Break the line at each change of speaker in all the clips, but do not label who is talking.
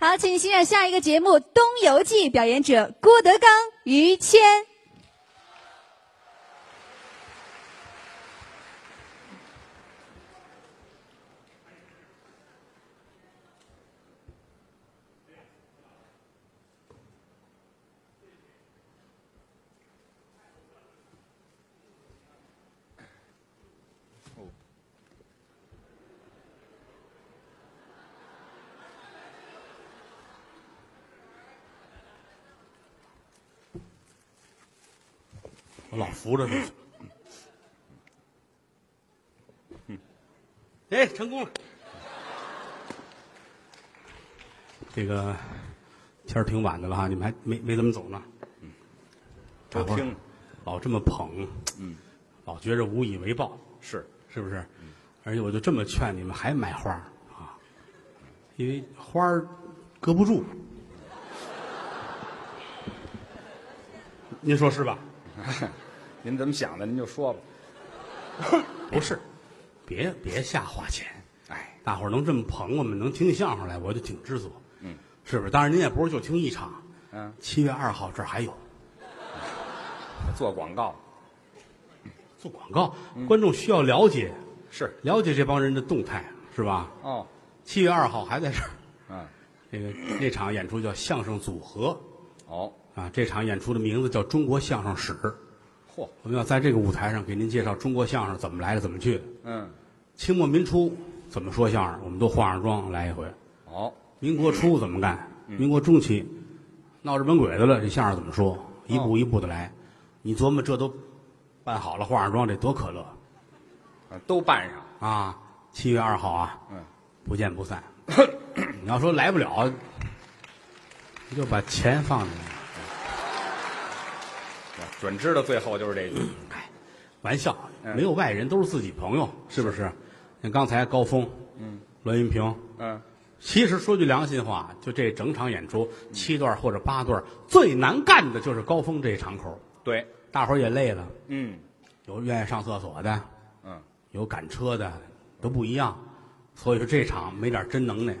好，请欣赏下一个节目《东游记》，表演者郭德纲、于谦。
我老扶着他。
嗯哎，成功了！
这个天儿挺晚的了哈，你们还没没怎么走呢。
嗯都
大伙儿
听
老这么捧，嗯，老觉着无以为报，
是
是不是？
嗯
而且我就这么劝你们，还买花儿啊，因为花儿搁不住。您说是吧？
您怎么想的您就说吧。
不是，别别瞎花钱。
哎，
大伙儿能这么捧我们，能听起相声来，我就挺知足。嗯，是不是？当然，您也不是就听一场。
嗯，
七月二号这儿还有
做广告
做广告，观众需要了解
是
了解这帮人的动态，是吧？
哦，
七月二号还在这儿，
嗯，
那个那场演出叫相声组合
哦，
啊，这场演出的名字叫《中国相声史》。
嚯，
我们要在这个舞台上给您介绍中国相声怎么来的，怎么去的。
嗯，
清末民初怎么说相声，我们都化上妆来一回。
哦，
民国初怎么干？民国中期闹日本鬼子了，这相声怎么说？一步一步的来。你琢磨这都办好了，化上妆得多可乐
啊都办上，
啊！七月二号啊，
嗯，
不见不散。你要说来不了，你就把钱放进来。
准知道最后就是这句。
哎，玩笑，
嗯
没有外人，都是自己朋友，是不是？像刚才高峰，嗯，栾云平，
嗯，
其实说句良心话，就这整场演出七段或者八段，最难干的就是高峰这一场口。
对，
大伙儿也累了，
嗯
有愿意上厕所的，
嗯，
有赶车的，都不一样。所以说这场没点真能耐，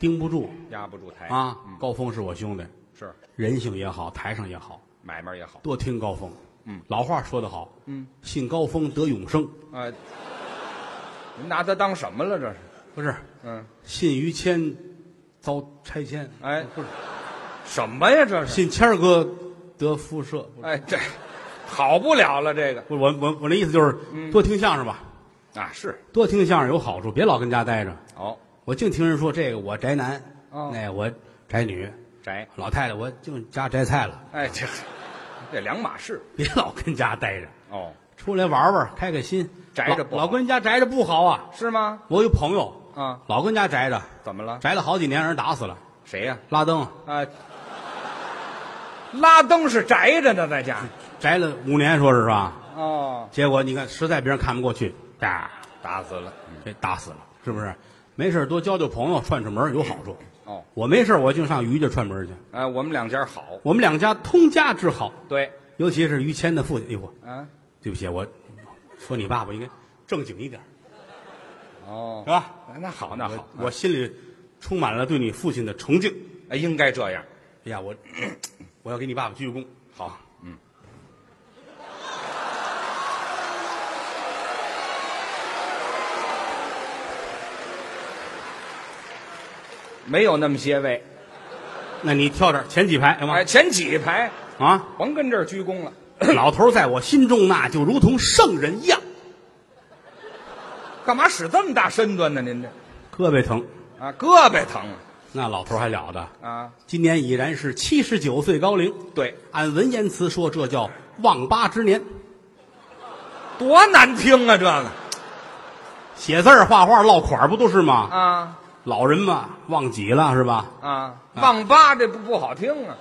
盯不住
压不住台
啊。高峰是我兄弟，
是
人性也好，台上也好，
买卖也好，
多听高峰。
嗯，
老话说得好，
嗯，
信高峰得永生，
啊，您拿他当什么了这是？
不是
嗯，
信于谦遭拆迁，
哎，不是什么呀这是？
信谦儿哥得辐射。
哎，这好不了了这个
我我我我那意思就是、
嗯
多听相声吧，
啊是
多听相声有好处，别老跟家待着。
哦
我净听人说这个我宅男，
哦
那我宅女，
宅
老太太我净家摘菜了，
哎这这两码事
别老跟家待着，
哦
出来玩玩，开开心。
宅着
老
不好
老跟家宅着不好啊。
是吗？
我有朋友
啊
老跟家宅着，
怎么了？
宅了好几年，让人打死了。
谁呀？
拉登
啊，拉登是宅着呢，在家。
宅了五年，说是吧？
哦，
结果你看，实在别人看不过去，哒，
打死了。
给打死了，是不是？没事儿多交交朋友，串串门儿有好处。
哦，
我没事儿我净上于家串门儿去。
哎，我们两家好。
我们两家通家之好，
对，
尤其是于谦的父亲。哎呦，我
啊，
对不起，我说你爸爸应该正经一点儿，
哦
是，吧？
那好，那好，
我心里充满了对你父亲的崇敬。
哎应该这样。
哎呀，我 我要给你爸爸鞠个躬。
好，嗯。没有那么些位，
那你跳这儿前几排行吗
哎，？前几排
啊，
甭跟这儿鞠躬了。
老头儿在我心中那就如同圣人一样，
干嘛使这么大身段呢？您这
胳膊疼。
啊，胳膊疼
那老头儿还了得，
啊！
今年已然是七十九岁高龄。
对，
按文言词说，这叫忘八之年。
多难听啊，这个
写字儿、画画、落款儿不都是吗？
啊
老人嘛，忘几了是吧？
啊，忘八这不不好听啊，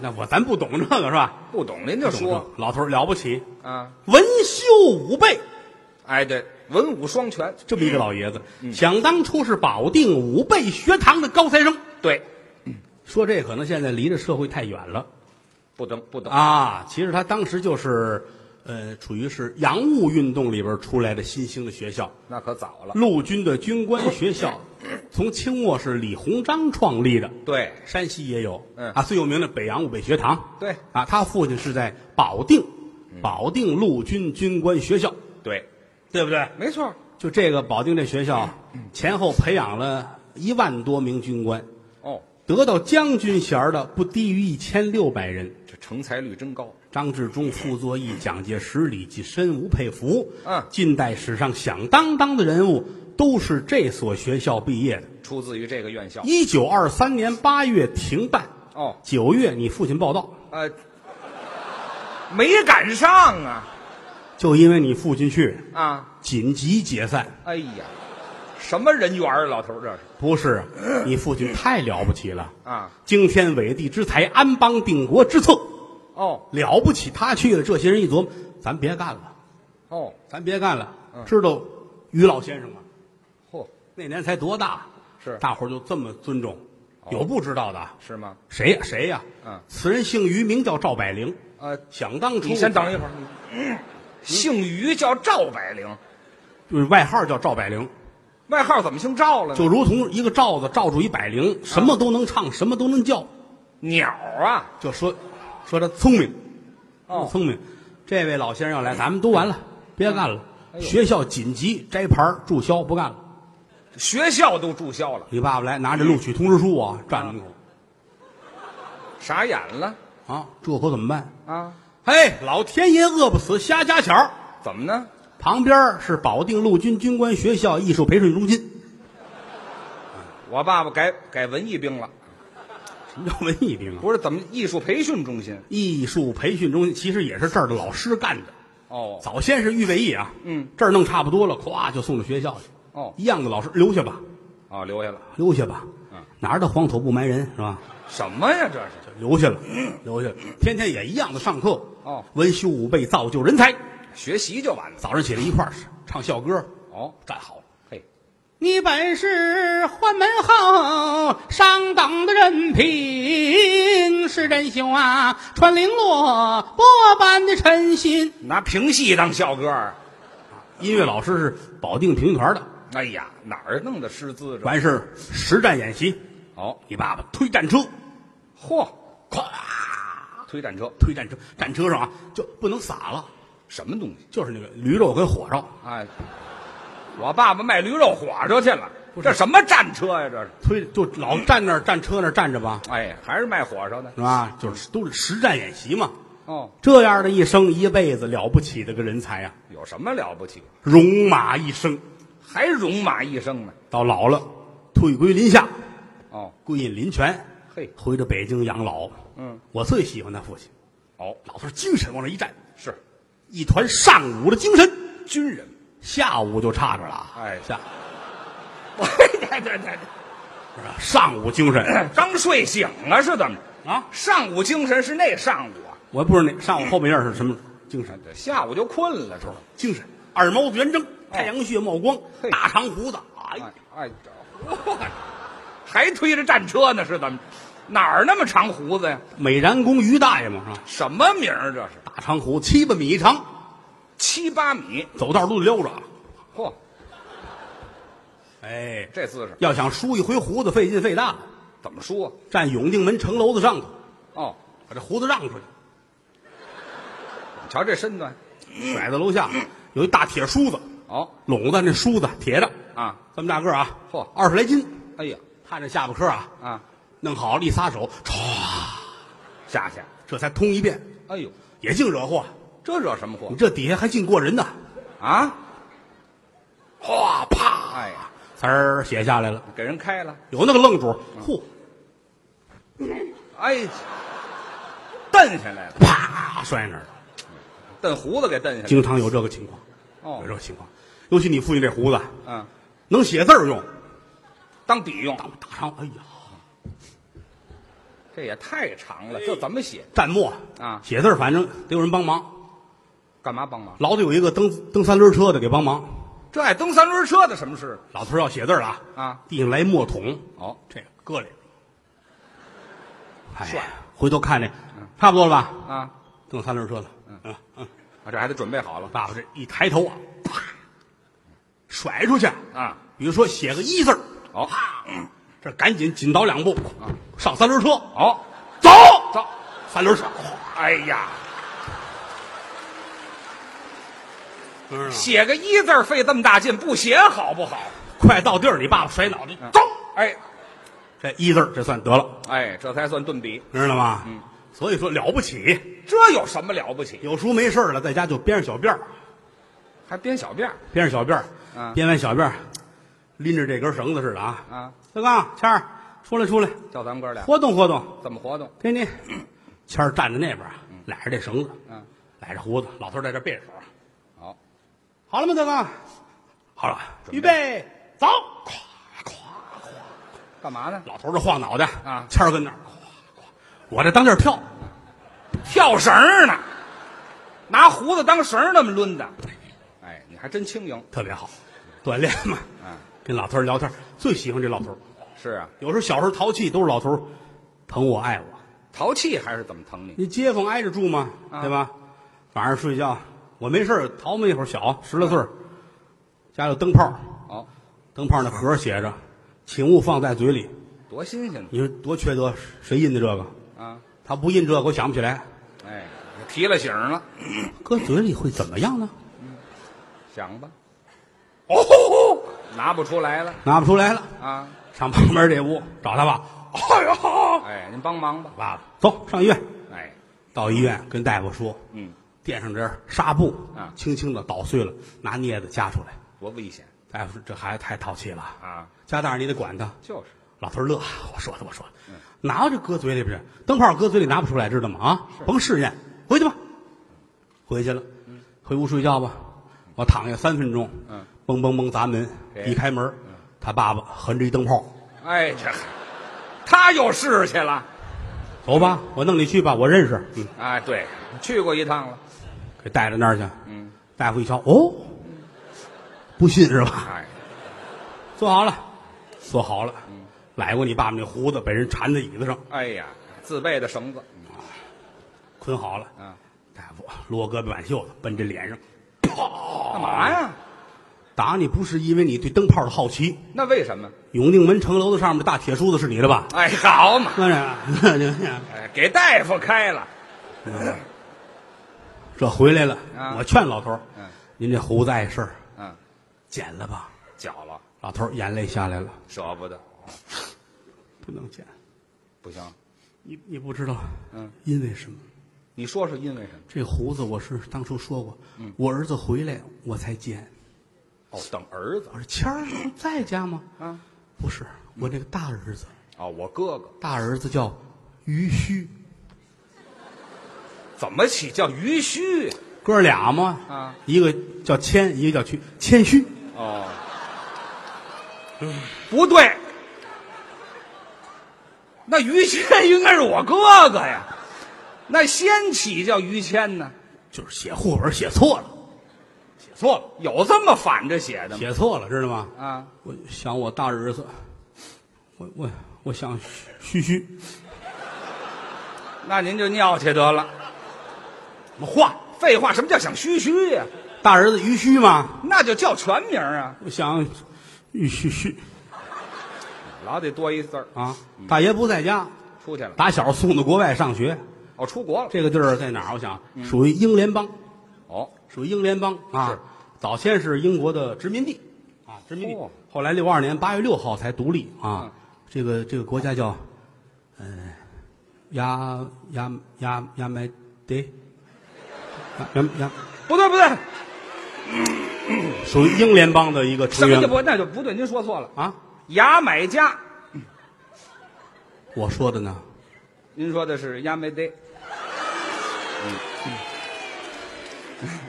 那我咱不懂这个是吧？
不懂您就说
懂这老头儿了不起，
啊，
文修武备，
哎，对，文武双全，
这么一个老爷子，想当初是保定武备学堂的高材生。
对，
说这可能现在离着社会太远了
不懂不懂，
啊！其实他当时就是，呃，处于是洋务运动里边出来的新兴的学校，
那可早了，
陆军的军官学校，从清末是李鸿章创立的，
对，
山西也有，
嗯
啊，最有名的北洋务北学堂，
对
啊，他父亲是在保定，
嗯
保定陆军军官学校，
对，
对不对？
没错。
就这个保定这学校，前后培养了一万多名军官，
哦，
得到将军衔儿的不低于一千六百人。
这成才率真高。
张治中、傅作义、蒋介石、李济深、吴佩孚，
嗯
近代史上响当当的人物都是这所学校毕业的。
出自于这个院校。
一九二三年八月停办，
哦，
九月你父亲报道，
呃，没赶上啊
就因为你父亲去，
啊！
紧急解散。
哎呀，什么人缘啊，老头儿这是
不是，你父亲太了不起了，
啊？
惊天伟地之才，安邦定国之策，
哦
了不起。他去了，这些人一琢磨，咱别干了，
哦，
咱别干了。
嗯
知道于老先生吗？啊
嚯，
那年才多大？
是哦
大伙儿就这么尊重，有不知道的啊？
是吗？
谁呀？谁呀？
嗯
此人姓于，名叫赵百灵。
呃，
想当初，
你先等一会儿。嗯姓于叫赵百灵，
就是外号叫赵百灵，
外号怎么姓赵了呢？
就如同一个罩子罩住一百
嗯
灵，什么都能唱，什么都能叫。
鸟啊！
就说说他聪明，
哦，嗯
聪明。这位老先生要来，咱们都完了，别干了。
哎呦
学校紧急摘牌儿注销，不干了。
学校都注销了，
你爸爸来拿着录取通知书啊，站门口
傻眼了
啊，这可怎么办？
啊？
哎，老天爷饿不死瞎家巧儿。
怎么呢？
旁边是保定陆军军官学校艺术培训中心，
我爸爸改改文艺兵了，
什么叫文艺兵啊？
不是怎么艺术培训中心？
艺术培训中心其实也是这儿的老师干的，
哦
早先是预备役啊，
嗯，
这儿弄差不多了，咵就送到学校去，
哦
一样的老师留下吧，
哦，留下了
留下吧，哪儿的黄土不埋人是吧？
什么呀？这是
就留下了，留下了，天天也一样的上课，
哦
文修武备，造就人才。
学习就完了。
早上起来一块儿唱校歌，
哦，
站好了。
嘿，
你本是宦门后上等的人品，是真秀啊，穿绫罗波般的称心。
拿评戏当校歌儿，
音乐老师是保定评剧团的，
哎呀，哪儿弄的师资这？
完事儿实战演习。
哦，
你爸爸推战车，
嚯，
咵
推战车
推战车，战车上啊就不能撒了，
什么东西？
就是那个驴肉跟火烧。
哎，我爸爸卖驴肉火烧去了，
不是
这什么战车呀？这是？
推就老站那儿站车那儿站着吧，
哎，还是卖火烧的。
是吧？就是都是实战演习嘛。
哦，
这样的一生一辈子了不起的个人才啊，
有什么了不起？
戎马一生，
还戎马一生呢？
到老了退归林下，
哦，
归隐林泉，
嘿，
回到北京养老。
嗯，
我最喜欢他父亲，
哦，
老头儿精神往那一站，
是
一团上午的精神，
军人。
下午就差着了啊。
哎
下
对对对，
是吧上午精神
刚睡醒啊，是怎么？
啊，
上午精神是那上午啊，
我不知道那上午后半夜是什么精神，
对，下午就困了，是吧？
精神，耳毛子圆睁，太阳穴冒光，
哦嘿
大长胡子，哎呀
哎，哎，这还推着战车呢，是怎么？哪儿那么长胡子呀？
美髯公于大爷嘛是吧？
什么名儿这是？
大长胡，七八米长，
七八米，
走道都得溜着啊。
嚯，
哎，
这姿势
要想梳一回胡子费劲费大，
怎么说？
站永定门城楼子上头，
哦，
把这胡子让出去，
瞧这身段，
甩到楼下有一大铁梳子，
哦，
拢子那梳子铁的
啊，
这么大个儿啊，
嚯
二十来斤，
哎呀，
看着下巴颏儿啊，
啊，
弄好了，一撒手，唰，
下去，
这才通一遍，
哎呦，
也净惹祸。
这惹什么
你
祸
这底下还净过人呢，
啊？
哗啪，
哎呀，
词儿写下来了。
给人开了，
有那个愣主，嚯，
哎，蹬下来了，
啪摔那儿了。
蹬胡子给蹬下来了，
经常有这个情况，有这
哦，
个情况。尤其你父亲这胡子，
嗯，
能写字儿用，
当笔用，
大长，哎呀，
这也太长了，这怎么写？
蘸墨
啊
写字儿反正得有人帮忙，
干嘛帮忙？
老得有一个蹬蹬三轮车的给帮忙。
这爱蹬三轮车的什么事？
老头儿要写字儿了
啊，
地上来墨桶，
哦，
这个搁里边。哎
帅
呀，回头看这，差不多了吧？
啊，
蹬三轮车了，嗯嗯。
啊，这还得准备好了
爸爸这一抬头啊，啪，甩出去
啊！
比如说写个一字儿
哦
啪，这赶紧紧倒两步，上三轮车，
哦，
啊走
走，
三轮车，
哎呀，
嗯
写个一字儿费这么大劲，不写好不好？
快到地儿，你爸爸甩脑袋，走，
哎
这一字儿这算得了，
哎，这才算顿笔，
知道吗？所以说了不起，
这有什么了不起？
有时候没事儿了，在家就编上小辫儿，
还编小辫儿
编上小辫儿，
嗯
编完小辫儿，拎着这根绳子似的啊，
啊？
小刚谦儿出来出来，
叫咱们哥俩
活动活动，
怎么活动？
给你，谦儿站在那边儿，啊揽着这绳子，
嗯，
揽着胡子，老头儿在这背着手啊，
好，
好了吗，大哥？好了，
准备
预备，走！咵咵，
干嘛呢？
老头儿这晃脑袋
啊
谦儿跟那儿，咵咵，我这当地儿跳，
跳绳儿呢，拿胡子当绳儿那么抡的。哎，你还真轻盈。
特别好，锻炼嘛。
嗯，
跟老头儿聊天儿，最喜欢这老头儿。
是啊，
有时候小时候淘气，都是老头儿疼我爱我。
淘气还是怎么疼你？
你街坊挨着住嘛，
啊
对吧？晚上睡觉，我没事儿淘嘛一会儿小，十来岁儿，家有灯泡，
哦，
灯泡那盒儿写着“请勿放在嘴里
多新鲜”，
你说多缺德，谁印的这个？
呢啊！
他不印这个，我想不起来。
哎，提了醒了，
搁嘴里会怎么样呢？
想吧，
哦吼吼，
拿不出来了
拿不出来了，
啊！
上旁边这屋找他爸。哎呀，
哎，您帮忙吧。
爸爸，走上医院。
哎，
到医院跟大夫说，
嗯，
垫上点纱布
啊
轻轻的捣碎了，拿镊子夹出来。
多危险
大夫说这孩子太淘气了，
啊！
家大人你得管他。
就是
老头儿乐，啊我说的我说的，
嗯
哪有这搁嘴里边儿？灯泡搁嘴里拿不出来，知道吗？啊，甭试验，回去吧。回去了，回屋睡觉吧。我躺下三分钟，
嗯，
嘣嘣嘣砸门，
谁
一开门，他爸爸横着一灯泡，
哎，这他有事去了。
走吧，我弄你去吧，我认识，嗯，
哎，对，去过一趟了。
给带到那儿去。
嗯，
大夫一瞧，哦，不信是吧？
哎，
坐好了，坐好了，
嗯
揽过你爸爸那胡子，被人缠在椅子上，
哎呀，自备的绳子
捆好了。
啊，
大夫撸胳膊挽袖子，奔这脸上。
干嘛呀？
打你不是因为你对灯泡的好奇，
那为什么？
永定门城楼子上面的大铁梳子是你的吧？
哎，好嘛，
那这
哎，给大夫开了。
这回来了
啊，
我碍劝老头儿
嗯，
您这胡子碍事儿，
嗯，
剪了吧。
绞了，
老头儿眼泪下来了，
舍不得，
不能剪，
不行。
你你不知道，
嗯，
因为什么？
你说说因为什么？
这胡子我是当初说过，
嗯
我儿子回来我才剪。
哦，等儿子
我说谦儿在家吗？
啊。
不是，我那个大儿子，
哦，我哥哥
大儿子叫于须，
怎么起叫于须？
哥俩嘛，
啊，
一个叫谦，一个叫屈，谦虚。
哦，不对，那于谦应该是我哥哥呀。那先起叫于谦呢？
就是写户口本写错了，写错了，
有这么反着写的吗？
写错了，知道吗？
啊，
我想我大儿子，我我我想嘘嘘，
那您就尿去得了。
什么话？
废话，什么叫想须须呀？
大儿子于须嘛，
那就叫全名啊，
我想于须须
老得多一字儿。
啊。大爷不在家，
出去了，
打小送到国外上学，
哦，出国了。
这个地儿在哪儿？我想
嗯
属于英联邦，
哦，
属于英联邦啊
是。
早先是英国的殖民地啊，殖民地
哦。
后来六二年八月六号才独立啊
嗯。
这个这个国家叫，呃，亚亚亚亚美得，亚亚亚，
不对不对，
属于英联邦的一个
什
成
么
员
就不那就不对，您说错了。
啊。
牙买加，
我说的呢，
您说的是牙买得，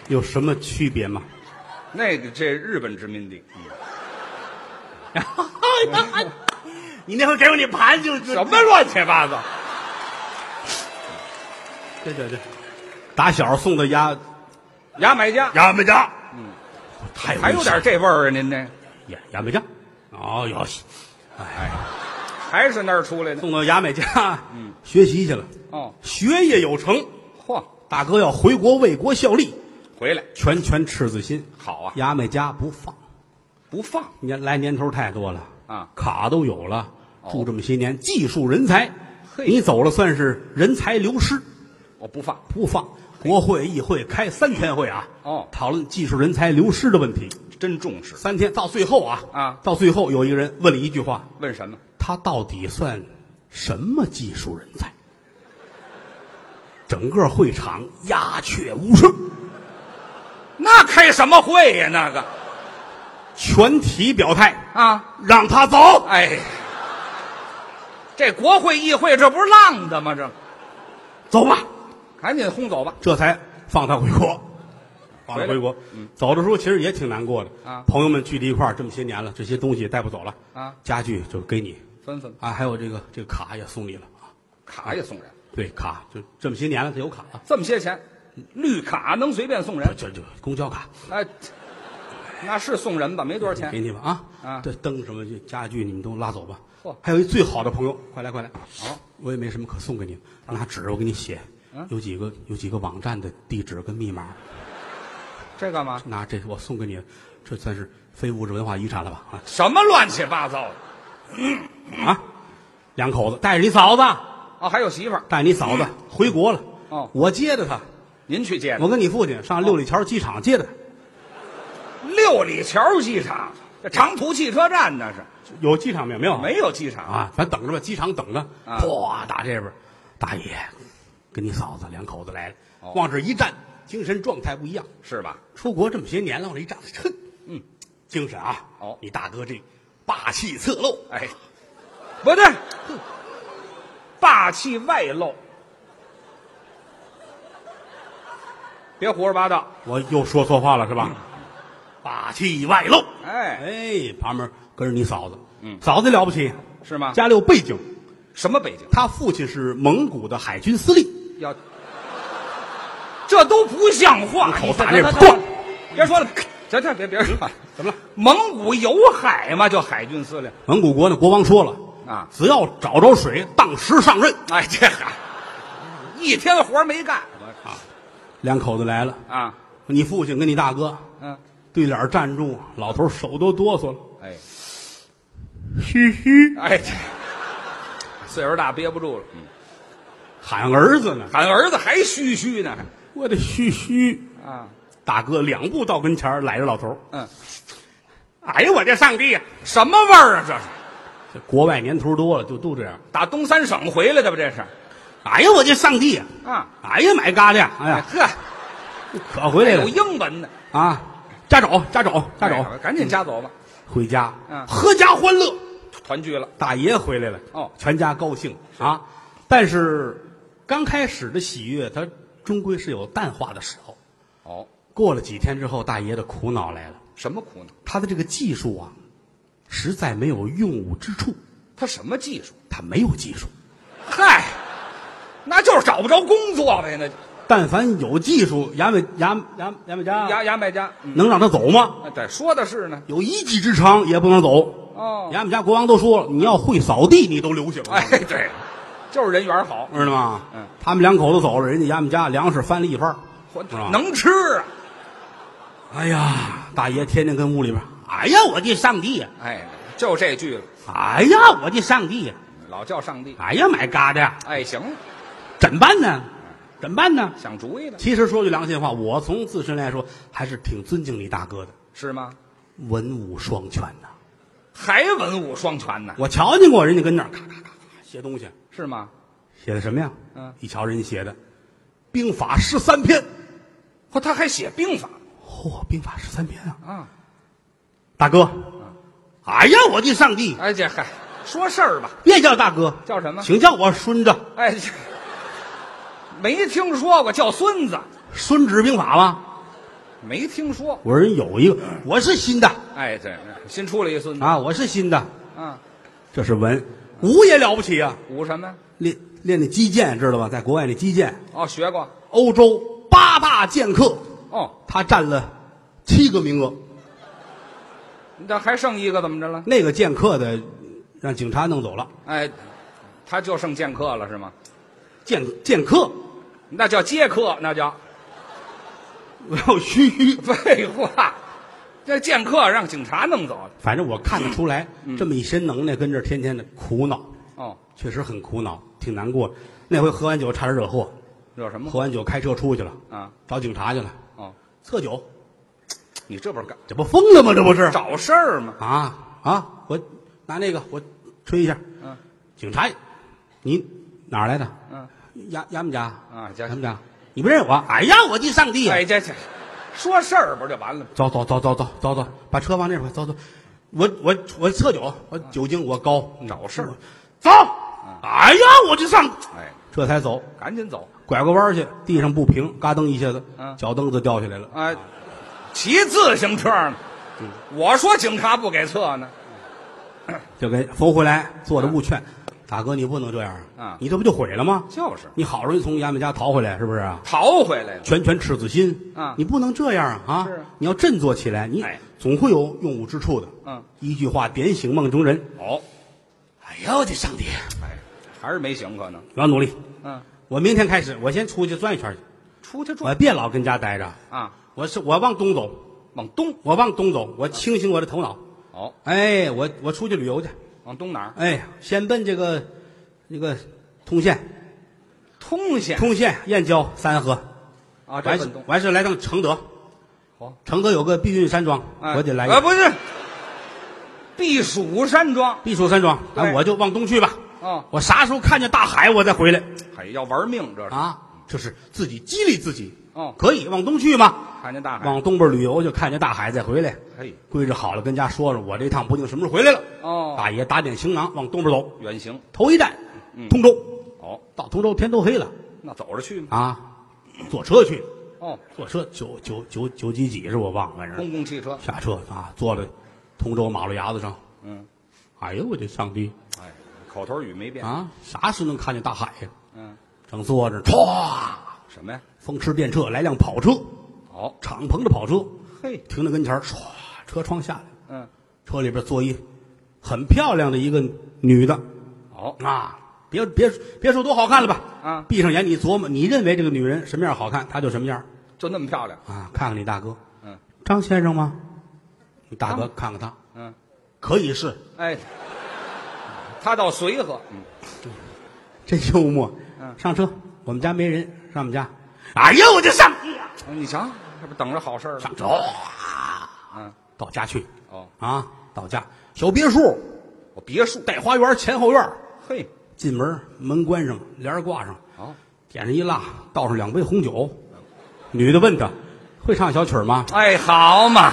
有什么区别吗？
那个这日本殖民地，
你那回给我你盘就
什么乱七八糟？
对对对，打小送到亚
牙买加
亚美加，嗯，太
还有点这味儿啊，您这
亚亚美加，哦有戏。
还是那儿出来的
送到牙买加，
嗯
学习去了，
哦。
学业有成。
嚯，
大哥要回国为国效力，
回来
拳拳赤子心。
好啊，
牙买加不放，
不放
年来年头太多了，
啊
卡都有了，
哦
住这么些年，技术人才，
嘿
你走了算是人才流失，
我不放。
不放。国会、议会开三天会啊，
哦
讨论技术人才流失的问题，
真重视。
三天到最后啊，
啊
到最后有一个人问了一句话，
问什么？
他到底算什么技术人才？整个会场鸦雀无声，
那开什么会呀？那个
全体表态，
啊，
让他走。
哎，这国会议会这不是浪的吗？这
走吧，
赶紧轰走吧。
这才放他回国，放他
回来嗯
回国。走的时候其实也挺难过的
啊
朋友们聚在一块儿这么些年了，这些东西也带不走了
啊
家具就给你
分分
啊，还有这个这个卡也送你了啊。
卡也送人，
对，卡就这么些年了，他有卡了，
这么些钱，绿卡能随便送
这
人？
这这公交卡
哎，那是送人吧？没多少钱
给。你吧啊
啊
这灯什么这家具你们都拉走吧
嚯。
还有一最好的朋友，快来快来，
好，啊嗯
我也没什么可送给你的，拿纸我给你写，有几个有几个网站的地址跟密码，
这干嘛？
拿这我送给你，这算是非物质文化遗产了吧啊。
什么乱七八糟的？
啊，两口子带着你嫂子，
哦，还有媳妇儿，
带着你嫂子回国了。
嗯哦
我接的他，
您去接的
我跟你父亲上六里桥机场接的他，
六里桥机场，这长途汽车站那是
有机场没有？没有，
没有机场。
啊，咱等着吧，机场等着。
啊
哗，打这边，大爷跟你嫂子两口子来了，
哦
往这一站，精神状态不一样。
是吧？
出国这么些年了，往这一站，哼，嗯，精神啊。
哦
你大哥这霸气侧漏，
哎，不对，霸气外露，别胡说八道。
我又说错话了是吧？霸气外露。
嗯哎，
哎，旁边跟着你嫂子，嗯，嫂子了不起，
是吗？
家里有背景，
什么北京？
他父亲是蒙古的海军司令，
要，这都不像话！
口
你
打
这
这
这
破
这别说了，行行，别别说了。
啊怎么了？
蒙古有海吗？就海军司令。
蒙古国呢，国王说了
啊
只要找着水，当时上任。
哎，这海，一天活没干
两口子来了，
啊。
你父亲跟你大哥
嗯，
对脸站住，啊老头手都哆嗦了，
哎
嘘嘘，
哎，这岁数大憋不住了，嗯
喊儿子呢，
喊儿子还虚虚呢。
我得嘘嘘。
啊，
大哥两步到跟前儿，揽着老头儿
嗯，
哎呀，我这上帝呀、
什么味儿啊？这是
这国外年头多了，就都这样。
打东三省回来的吧？这是
哎呀，我这上帝呀、
啊，
哎呀，买嘎的呀，哎
哎
呀，
呵，
可回来
有
了
英文的，
啊！家找家找家
哎
找，
赶紧夹走吧，
回家，
嗯
阖家欢乐。
团聚了。
大爷回来了，
哦
全家高兴啊！但是刚开始的喜悦，它终归是有淡化的时候。
哦，
过了几天之后，大爷的苦恼来了，
什么苦呢？
他的这个技术啊，实在没有用武之处，
他什么技术？
他没有技术。
嗨，那就是找不着工作呗。那
但凡有技术，牙买牙牙牙买
牙
加
牙买加，嗯，
能让他走吗？
哎对，说的是呢。
有一技之长也不能走。
哦，
牙买加国王都说了，你要会扫地，你都留下。
哎，对，就是人缘好，
知道吗？
嗯，
他们两口子走了，人家牙买加粮食翻了一番儿。
活
是吧
能吃啊。
哎呀，大爷天天跟屋里边儿，哎呀，我的上帝呀，
哎，就这句了，
哎呀，我的上帝呀，
老叫上帝。
哎呀，买嘎的呀，
哎，行了，
怎么办呢？怎么办呢？
想主意了，
其实说句良心话，我从自身来说，还是挺尊敬你大哥的，
是吗？
文武双全呐、
还文武双全呢，
我瞧见过人家跟那儿咔咔咔写东西，
是吗？
写的什么呀？
嗯
一瞧人家写的《兵法十三篇》，
嚯，哦他还写兵法
嚯、兵法十三篇啊！
啊！
大哥，哎呀，我的上帝，
哎，这嗨，说事儿吧，
别叫大哥，
叫什么？
请叫我孙子。
哎，这没听说过叫孙子，
《孙子兵法》吗？
没听说。
我说人有一个，我是新的
哎，对，新出了一孙子
啊，我是新的，
啊，
这是文，武也了不起啊，
武什么呀？
练练那击剑知道吧？在国外那击剑，
哦，学过
欧洲八大剑客，
哦，
他占了七个名额。
那还剩一个怎么着了？
那个剑客的让警察弄走了，
哎，他就剩剑客了是吗？
剑剑客，
那 叫接客，那叫
我要嘘嘘，
废话，这剑客让警察弄走了。
反正我看得出来，
嗯
这么一身能耐，跟这儿天天的苦恼，
哦，
确实很苦恼，挺难过。那回喝完酒差点惹祸，
惹什么
喝
祸
完酒开车出去了，
啊？
找警察去了，
哦，
测酒，
你这不是干
这不疯了吗？这不是
找事儿吗？
啊啊！我拿那个我吹一下，
嗯
警察，你哪儿来的？
嗯，
衙衙门家
啊家
衙门家，你不认识我？哎呀，我的上帝呀！
哎，这这说事儿不就完了吗？
走走走走走走走，把车往那边走走。我我我测酒，我酒精我高，
找嗯事儿。嗯
走。哎呀，我就上，
哎，
这才走，
赶紧走！
拐个弯儿去，地上不平，嘎噔一下子
嗯，
脚蹬子掉下来了。
哎，骑自行车呢？我说警察不给测呢。
就给扶回来，坐着误劝，
嗯
大哥你不能这样
啊
你这不就毁了吗？
就是
你好容易从衙门家逃回来，是不是啊？
逃回来了，
拳拳赤子心
啊
你不能这样啊！啊
是啊
你要振作起来，你
哎
总会有用武之处的。
嗯，
一句话点醒梦中人。
哦，
哎呀，我的上帝！
哎，还是没行可能。
我要努力，
嗯，
我明天开始，我先出去转一圈去，
出去转
我别老跟家待着。
啊，
我是我往东走，
往东。
我往东走，我清醒我的头脑。
哦，
哎，我我出去旅游去。
往东哪儿？
哎，先奔这个那个通县，
通县
通县、燕郊、三河。
啊，这
完
奔
事
东。
完事来趟承德
好，
承德有个避孕山庄，
哎
我得来一
啊，
个
不是，避暑山庄。
避暑山庄，
对
哎我就往东去吧。
哦，
我啥时候看见大海，我再回来
哎，要玩命这是。
啊！这是自己激励自己，
哦，
可以往东去嘛，
看见大海。
往东边旅游就看见大海再回来。
嘿，
归置好了，跟家说说，我这趟不定什么时候回来了。
哦，
大爷打点行囊，往东边走，
远行。
头一站
嗯，
通州，
哦，
到通州天都黑了
那走着去吗？
啊，坐车去，
哦，
坐车九九九九几几是我忘了，反正
公共汽车。
下车啊，坐在通州马路牙子上，
嗯，
哎呦我的上帝
哎，口头语没变。
啊！啥时候能看见大海呀？
嗯，
正坐着，歘，
什么呀？
风驰电掣来辆跑车，
哦，
敞篷的跑车
嘿，
停在跟前儿，唰，车窗下来，
嗯，
车里边坐一很漂亮的一个女的
哦，
啊，别别别说多好看了吧？
啊
闭上眼你琢磨，你认为这个女人什么样好看，她就什么样
就那么漂亮。
啊？看看你大哥，
嗯，
张先生吗？你大哥看看他，
嗯，
可以是
哎，他倒随和。嗯，
真幽默。
嗯
上车，我们家没人，上我们家。哎呦，我就上
哎你瞧，这不等着好事儿呢。
上车，哇
嗯，
到家去
哦，
啊，到家小别墅，
我别墅。
带花园，前后院，
嘿，
进门门关上，帘儿挂上，
哦，
点上一蜡，倒上两杯红酒。女的问他：“会唱小曲儿吗
哎，好嘛。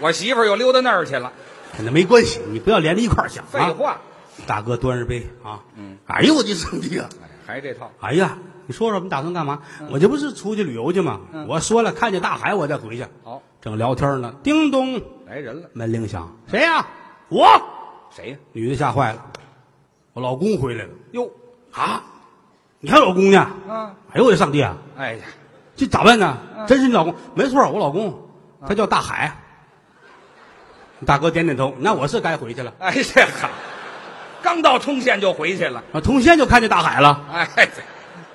我媳妇儿又溜达那儿去了。？”
跟他没关系，你不要连着一块儿想。
废
啊，
话，
大哥端着杯啊，哎呦我的上帝啊！
哎，还这套。
哎呀，你说说我们打算干嘛？我这不是出去旅游去吗？我说了，看见大海我再回去。
好、
正聊天呢，叮咚，
来人了，
门铃响，谁呀、我。
谁呀、
女的吓坏了，我老公回来了
哟，
啊！你还有老公呢？
啊，
哎呦我的上帝啊！
哎呀，
这咋办呢？真是你老公？没错，我老公，他叫大海。大哥点点头，那我是该回去了。
哎这好，刚到通县就回去了。
啊，通县就看见大海了，
哎，这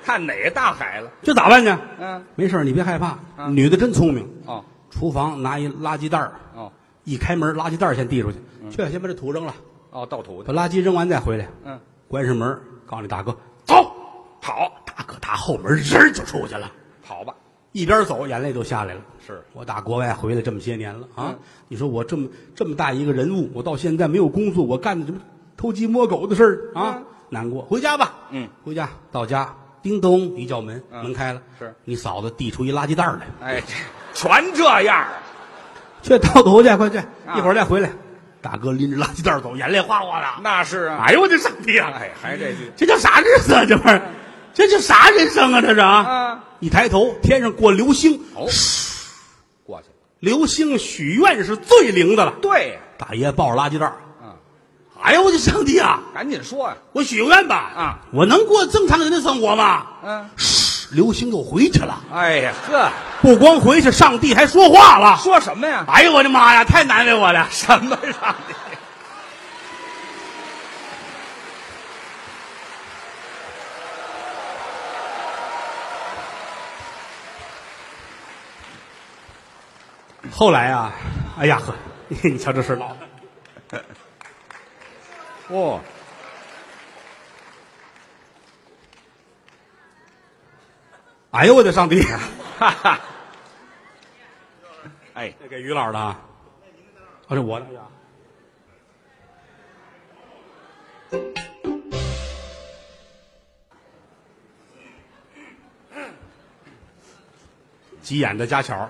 看哪个大海了？
这咋办呢？
嗯，
没事儿，你别害怕，
啊
女的真聪明。
哦
厨房拿一垃圾袋儿，
哦
一开门，垃圾袋儿先递出去，
嗯
去先把这土扔了，
哦，倒土的。
把垃圾扔完再回来，
嗯，
关上门，告诉你大哥走。
跑
大哥打后门人儿就出去了，
跑吧，
一边走眼泪就下来了。
是
我打国外回来这么些年了啊
嗯！
你说我这么这么大一个人物，我到现在没有工作，我干的什么偷鸡摸狗的事儿啊
嗯？
难过，回家吧。
嗯，
回家到家，叮咚一叫门，
嗯
门开了，
是
你嫂子递出一垃圾袋儿来，
哎，这全这样啊。
去倒头去，快去，一会儿再回来。大哥拎着垃圾袋儿走，眼泪哗哗的。
那是啊，
哎呦我的上帝啊！
哎，还这句
这叫啥日子啊？这玩意儿，这叫啥人生啊？这是啊！
啊，
一抬头，天上过流星，
哦，过去了。
流星许愿是最灵的了。
对呀，
大爷抱着垃圾袋儿
嗯，
哎呦我的上帝啊！
赶紧说呀，
我许个愿吧
啊！
我能过正常人的生活吗？
嗯，
流星又回去了，
哎呀，呵，
不光回去，上帝还说话了。
说什么呀？
哎呦我的妈呀，太难为我了！
什么上帝？
后来啊，哎呀呵，你瞧这事儿闹的，
哦，
哎呦我的上帝啊！
哈哈，哎，
这给于老师的啊，哦，这我的呀。 急眼的家巧儿，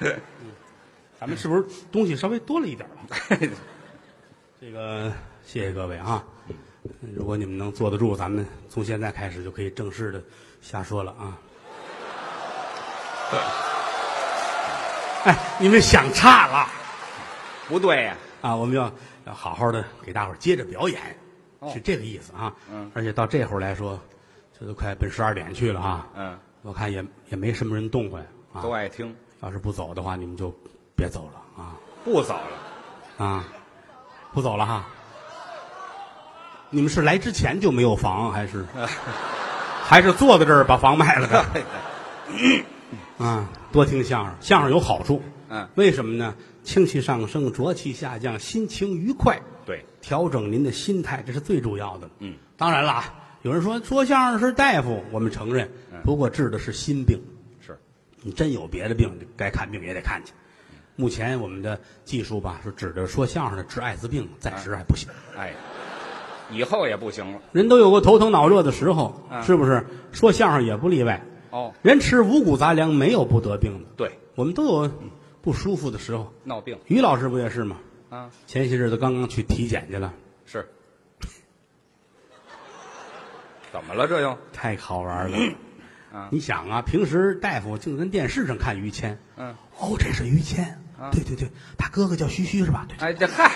嗯 咱们是不是东西稍微多了一点儿了？ 这个谢谢各位啊！如果你们能坐得住，咱们从现在开始就可以正式的瞎说了啊！哎，你们想差了
不对呀、
啊！我们要要好好的给大伙儿接着表演，是这个意思啊！
哦嗯，
而且到这会儿来说，这都快奔十二点去了啊！
嗯，
我看也也没什么人动过呀啊！
都爱听，
要是不走的话，你们就别走了啊
不早了，
啊！不走了哈！你们是来之前就没有房，还 是还是坐在这儿把房卖了的？啊，多听相声，相声有好处。
嗯
为什么呢？清气上升，浊气下降，心情愉快，
对，
调整您的心态，这是最主要的。
嗯，
当然了啊，有人说说相声是大夫，我们承认，不过治的是心病。
嗯是，
你真有别的病，你该看病也得看去。目前我们的技术吧，是指着说相声的治艾滋病，暂时还不行。
哎，以后也不行了，
人都有过头疼脑热的时候，
嗯
是不是？说相声也不例外。
哦，
人吃五谷杂粮，没有不得病的。
对，
我们都有不舒服的时候。
闹病
于老师不也是吗？
啊，
前些日子刚刚去体检去了，
是， 怎么了这又？
太好玩了。
啊
你想啊，平时大夫净跟电视上看于谦，
嗯，啊
哦，这是于谦，对对对，他哥哥叫徐虚是吧？对
哎，这嗨，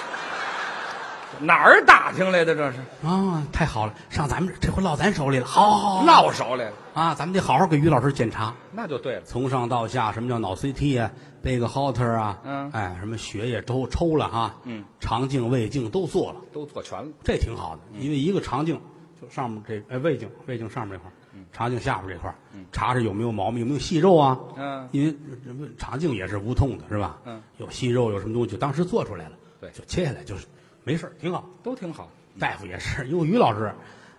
哪儿打听来的这是？
啊，太好了，上咱们这这回落咱手里了，好好好好
闹手来了，
啊，咱们得好好给于老师检查，
那就对了，
从上到下，什么叫脑 CT 啊，背个 Holter 啊，
嗯
哎，什么血液都抽了哈，
嗯，
肠镜、胃镜都做了，
都做全了，
这挺好的，
嗯
因为一个肠镜就上面这哎胃镜，胃镜上面这块儿，肠镜下面这块儿，查查有没有毛病，有没有息肉啊，
嗯
因为人们肠镜也是无痛的，是吧？
嗯，
有息肉有什么东西，就当时做出来了，
对
就切下来就是没事儿挺好。
都挺好。
大夫也是，因为于老师，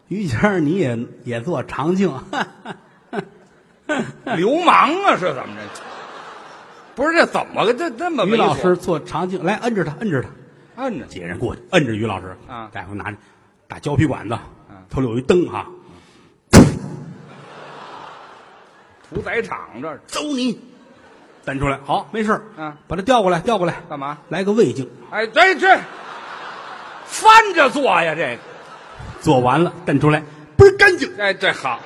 于谦儿你也也做肠 镜，
流氓啊，是怎么着？不是这怎么个这这么
于
猥琐
老师做肠镜，来摁着他，摁着他，
按着
几个人过去摁着于老师，
啊
大夫拿着大胶皮管子
嗯，
头里有一灯啊，
屠宰场这儿
走你，蹬出来，好，没事儿
嗯，
把他调过来，调过来，
干嘛？
来个胃镜，
哎，这这翻着做呀，这个
做完了，蹬出来，倍儿干净，
哎这好，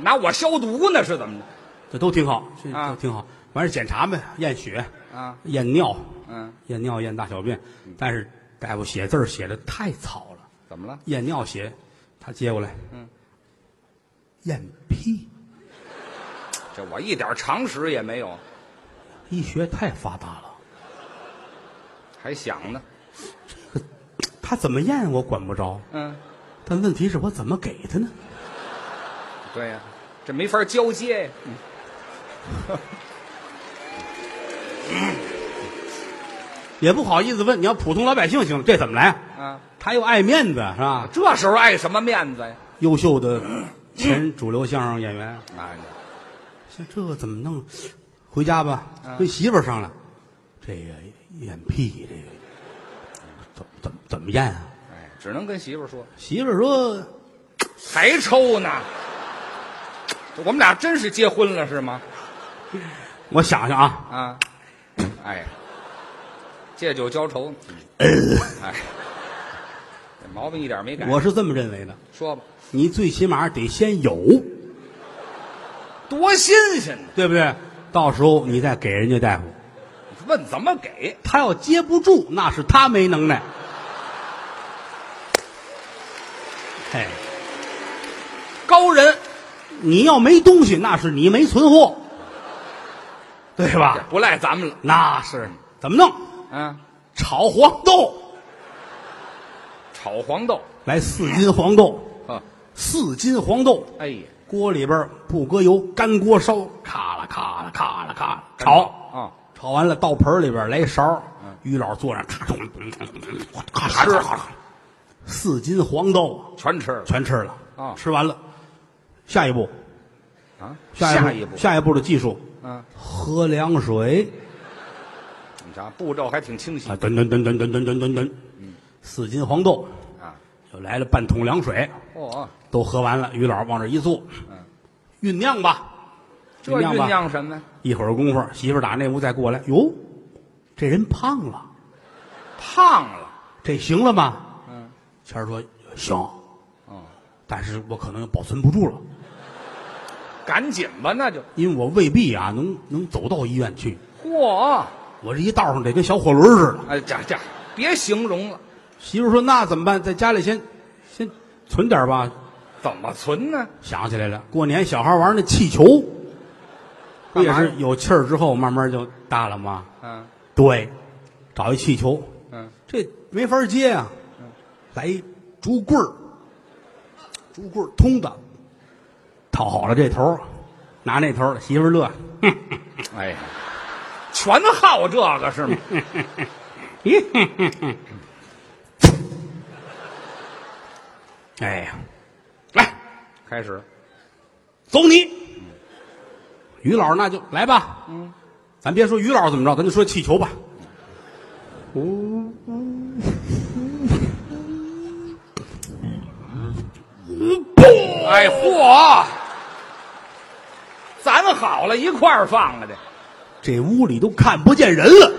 拿我消毒呢是怎么着？
这都挺好，这
啊
都挺好。完事儿检查呗，验血，
啊，
验尿，
嗯，
验尿验大小便，但是大夫写字儿写的太草了。
怎么了？
验尿血，他接过来，
嗯，
验屁，
这我一点常识也没有，
医学太发达了，
还想呢。
他怎么验我管不着，
嗯，
但问题是我怎么给他呢？
对呀、这没法交接呀。
也不好意思问，你要普通老百姓行了，这怎么来啊？
啊，
他又爱面子是吧？
这时候碍什么面子呀？
优秀的前主流相声演员，
哎呀，
像这怎么弄？回家吧，
嗯
跟媳妇儿商量，这个验屁这个怎怎怎么验啊？
哎，只能跟媳妇儿说，
媳妇儿说
还抽呢。我们俩真是结婚了是吗？：“
我想想啊，
啊，哎，借酒浇愁，哎，这毛病一点没改。
我是这么认为的，
说吧，
你最起码得先有。”
多新鲜呢！
对不对？到时候你再给人家大夫，
问怎么给？
他要接不住，那是他没能耐。嘿，
高人
你要没东西，那是你没存货，对吧？
不赖咱们了
那是怎么弄？
啊！
炒黄豆，
炒黄豆，
来四斤黄豆，
啊，
四斤黄豆，
哎呀，
锅里边不搁油，干锅烧，咔啦咔啦咔啦咔啦
干炒
炒
啊
泡完了到盆里边来一勺，于老坐那儿咔咚咚咚咚咚咚咔咔咔咔咔，四斤黄豆
全吃了
全吃了
啊
吃完了，下一步，
啊！
下
一
一
步，
步，下一步的技术，
嗯，
喝凉水
你瞧步骤还挺清晰
啊，噔噔噔噔噔噔噔噔噔，四斤黄豆
啊。
就来了半桶凉水，
哦，
都喝完了，于老往这一坐，酝酿吧，
这
嗯酝酿
酝
吧，
酿什么呀？
一会儿功夫，媳妇儿打那屋再过来，哟，这人胖了，
胖了，
这行了吗？
嗯，
谦儿说行，
哦，
但是我可能保存不住了，
赶紧吧，那就
因为我未必啊能能走到医院去，
嚯！
我这一道上得跟小火轮似的。
哎，这这别形容了，
媳妇儿说那怎么办？在家里先先存点吧。
怎么存呢？
想起来了，过年小孩玩那气球，不也
干嘛
是
呀
有气儿之后慢慢就大了吗？
嗯
对，找一气球，
嗯，
这没法接啊，来一竹棍儿，竹棍儿通的，套好了这头儿，拿那头儿，媳妇儿乐，哼
哎呀，全好这个是吗？
咦，哼哼哼哎呀，来
开始，
走你，于老师那就来吧，嗯，咱别说于老师怎么着，咱就说气球吧，
哎嚯，咱好了一块儿放了的，
这屋里都看不见人了，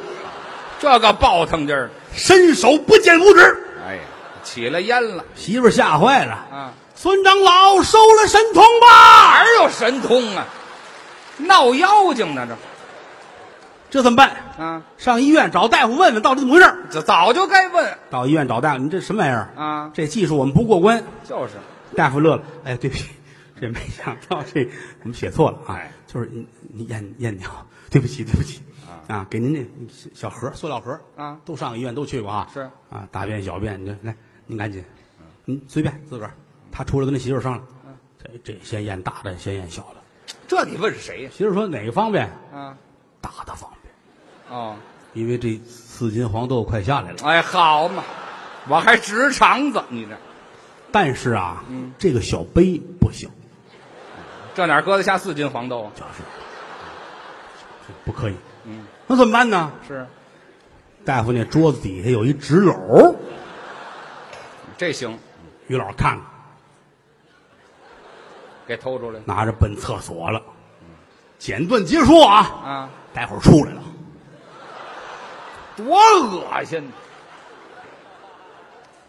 这个暴腾劲儿，
伸手不见五指，
哎呀，起了烟了
媳妇儿吓坏了。
啊！
孙长老收了神童吧！
哪有神通啊？闹妖精呢这
这怎么办？
啊！
上医院找大夫问问到底怎么回事儿
这早就该问
到医院找大夫，你这什么玩意儿？
啊！
这技术我们不过关。
就是
大夫乐了，哎呀，对不起，这没想到这我们写错了啊
哎，
就是你你验验尿，对不起，对不起啊，给您这小盒塑料盒
啊
都上医院都去过啊，
是
啊，大便小便，你这来，您赶紧，您随便自个儿。
嗯
他出来跟他媳妇儿商量，这这先验大的，先验小的。
这你问谁呀？
媳妇儿说哪个方便？
啊
大的方便。
哦，
因为这四斤黄豆快下来了。
哎好嘛，我还直肠子，你这
但是啊，
嗯
这个小杯不行，
这哪搁得下四斤黄豆啊？
就是这不可以。
嗯，
那怎么办呢？
是，
大夫那桌子底下有一纸篓，
这行，
于老看看，
给偷出来
拿着奔厕所了。简短结说啊，
啊，
待会儿出来了，
多恶心！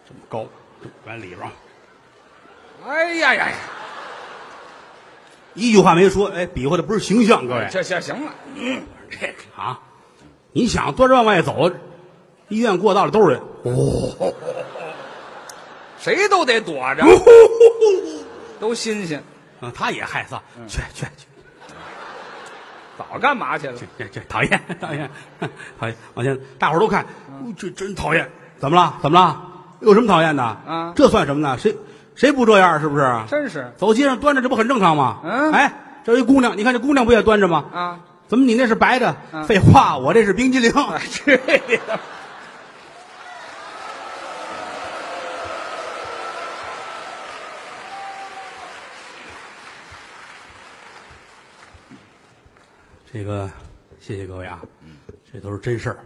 这么高，这往里边啊，
哎呀呀呀，
一句话没说，哎，比划的不是形象，各位
这这行了，
啊，你想端着往外走，医院过道里都是人，哦，
谁都得躲着，都新鲜，
啊，他也害臊，去去去。
早干嘛去了？
这这讨厌讨厌哼讨厌！往前，大伙儿都看，哦这真讨厌。怎么了？怎么了？有什么讨厌的？
啊
这算什么呢？谁谁不这样？是不是？
真是
走街上端着，这不很正常吗？
嗯
哎，这有一姑娘，你看这姑娘不也端着吗？
啊，
怎么你那是白的？
嗯
废话，我这是冰激凌。
啊去你的！
这个，谢谢各位啊，这都是真事儿。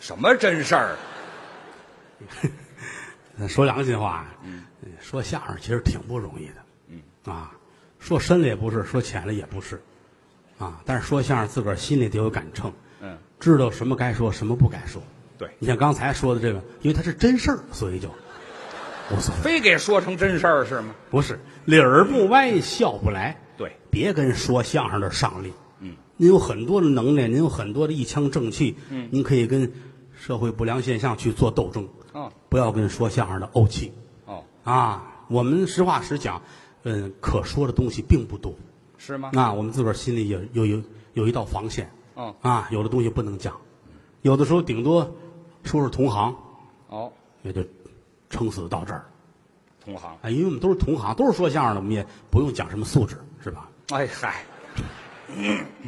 什么真事儿？啊
咱嗯说良心话，
嗯
嗯说相声其实挺不容易的，啊，说深了也不是，说浅了也不是，啊，但是说相声自个儿心里得有杆秤，
嗯，
知道什么该说，什么不该说。
对
你像刚才说的这个，因为它是真事儿，所以就无所谓。
非给说成真事儿是吗？
不是理儿不歪，笑不来。
对，
别跟说相声的上力，嗯，您有很多的能耐，您有很多的一腔正气，嗯，您可以跟社会不良现象去做斗争，
哦
不要跟说相声的怄气。
哦，
啊，我们实话实讲，嗯，可说的东西并不多。
是吗？
那我们自个儿心里有有有有一道防线
哦
啊，有的东西不能讲，有的时候顶多说说同行，
哦，
也就撑死到这儿。
同行。
哎，因为我们都是同行，都是说相声的，我们
哎
也不用讲什么素质，是吧？
哎嗨，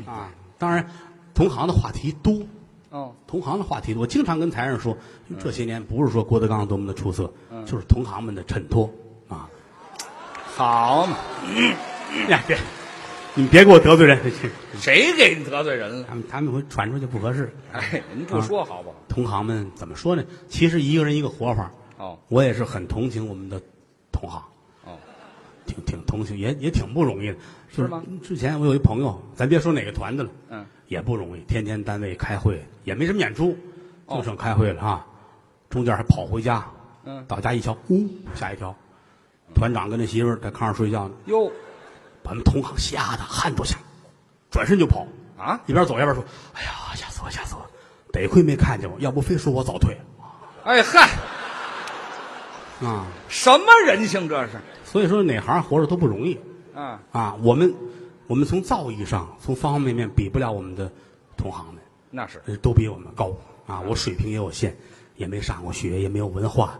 啊，当然，同行的话题多，
哦，
同行的话题多。我经常跟台上说，这些年不是说郭德纲多么的出色，就是同行们的衬托啊。
好嘛，
呀，别，你们别给我得罪人，
谁给你得罪人了？
他们他们会传出去不合适。
哎，您不说好不好？
同行们怎么说呢？其实一个人一个活法，
哦
我也是很同情我们的同行，
哦，
挺挺同情，也也挺不容易的。就是嗯
吗？
之前我有一朋友，咱别说哪个团的了，
嗯，
也不容易，天天单位开会，也没什么演出，
哦
就剩开会了啊。中间还跑回家，
嗯
到家一瞧，呜、吓一跳，团长跟那媳妇儿在炕上睡觉呢，
哟
把我们同行吓得汗都下，转身就跑，
啊，
一边走一边说：“哎呀，吓死我，吓死我！得亏没看见我，要不非说我早退
哎嗨，
啊。”
什么人性这是？
所以说哪行活着都不容易
啊，
啊。我们我们从造诣上，从方方面面比不了我们的同行们。
那是
呃都比我们高啊！我水平也有限，也没上过学，也没有文化，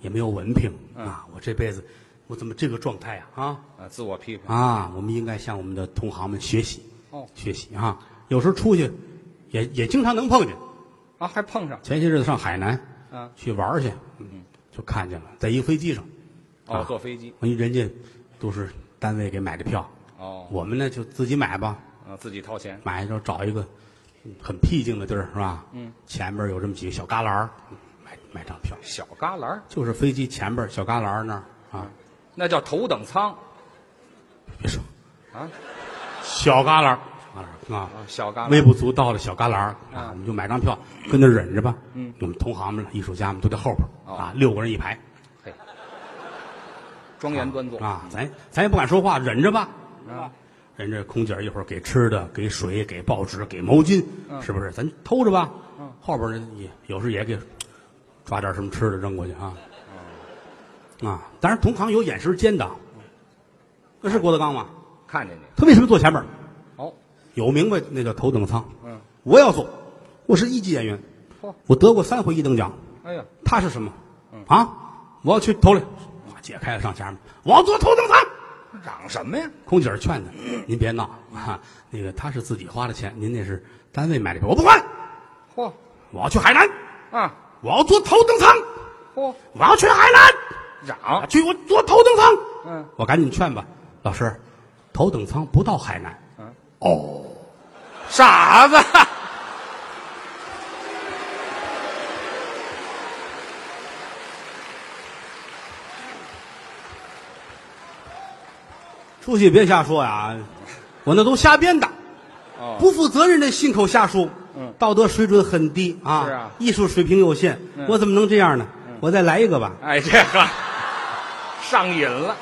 也没有文凭啊！我这辈子我怎么这个状态啊？
啊，自我批评
啊啊！我们应该向我们的同行们学习
哦
学习啊！有时候出去也也经常能碰见。
啊，还碰上
前些日子上海南
啊，
去玩儿去，嗯，就看见了，在一个飞机上，
哦
啊，
坐飞机
因为人家都是单位给买的票，
哦，
我们呢就自己买吧，
啊，自己掏钱
买就找一个很僻静的地儿，是吧？嗯，前边有这么几个小旮旯儿，买买张票，
小旮旯儿，
就是飞机前边小旮旯儿那儿啊，
那叫头等舱
别说
啊
小旮旯儿，小旮旯儿啊，
啊，小旮
微
旯
不足道的小旮旯儿啊，我们就买张票，跟那儿忍着吧。嗯，我们同行们、艺术家们都在后边儿
哦
啊，六个人一排，
庄严端坐
啊，咱咱也不敢说话，忍着吧。
啊，
人这空姐儿一会儿给吃的、给水、给报纸、给毛巾，是不是？咱偷着吧。后边儿呢也有时也给抓点什么吃的扔过去啊。啊，当然同行有眼神奸的，那是郭德纲吗？
看见你
他为什么坐前面儿？
哦，
有明白那叫头等舱。
嗯，
我要坐，我是一级演员
嚯，
我得过三回一等奖。
哎呀，
他是什么？啊，我要去头里，哇解开了上前面，我要坐头等舱。
嚷什么呀？
空姐儿劝他：“您别闹啊，那个他是自己花的钱，您那是单位买的票，我不管，
嚯
我要去海南，
啊
我要坐头等舱，
嚯，
我要去海南，啊
嚷
去我坐头等舱。”
嗯，
我赶紧劝吧，老师，头等舱不到海南。
嗯，
哦，
傻子，
出去别瞎说呀，我那都瞎编的，
哦
不负责任的信口瞎说，
嗯
道德水准很低啊，
是啊嗯
艺术水平有限，我怎么能这样呢？我再来一个吧。
哎，这个上瘾了，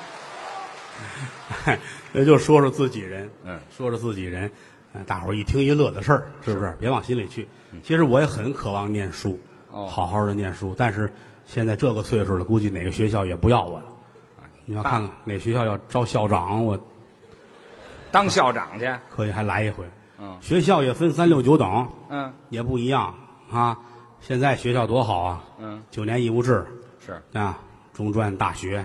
也就说说自己人，
嗯
说说自己人，呃大伙儿一听一乐的事儿，是不是？别往心里去。其实我也很渴望念书，
嗯哦
好好的念书，但是现在这个岁数了，估计哪个学校也不要我了。
啊
你要看看哪学校要招校长，我
当校长去，
可以还来一回。
嗯
学校也分三六九等，
嗯
也不一样啊。现在学校多好啊，
嗯，
九年义务制
是
啊，中专、大学，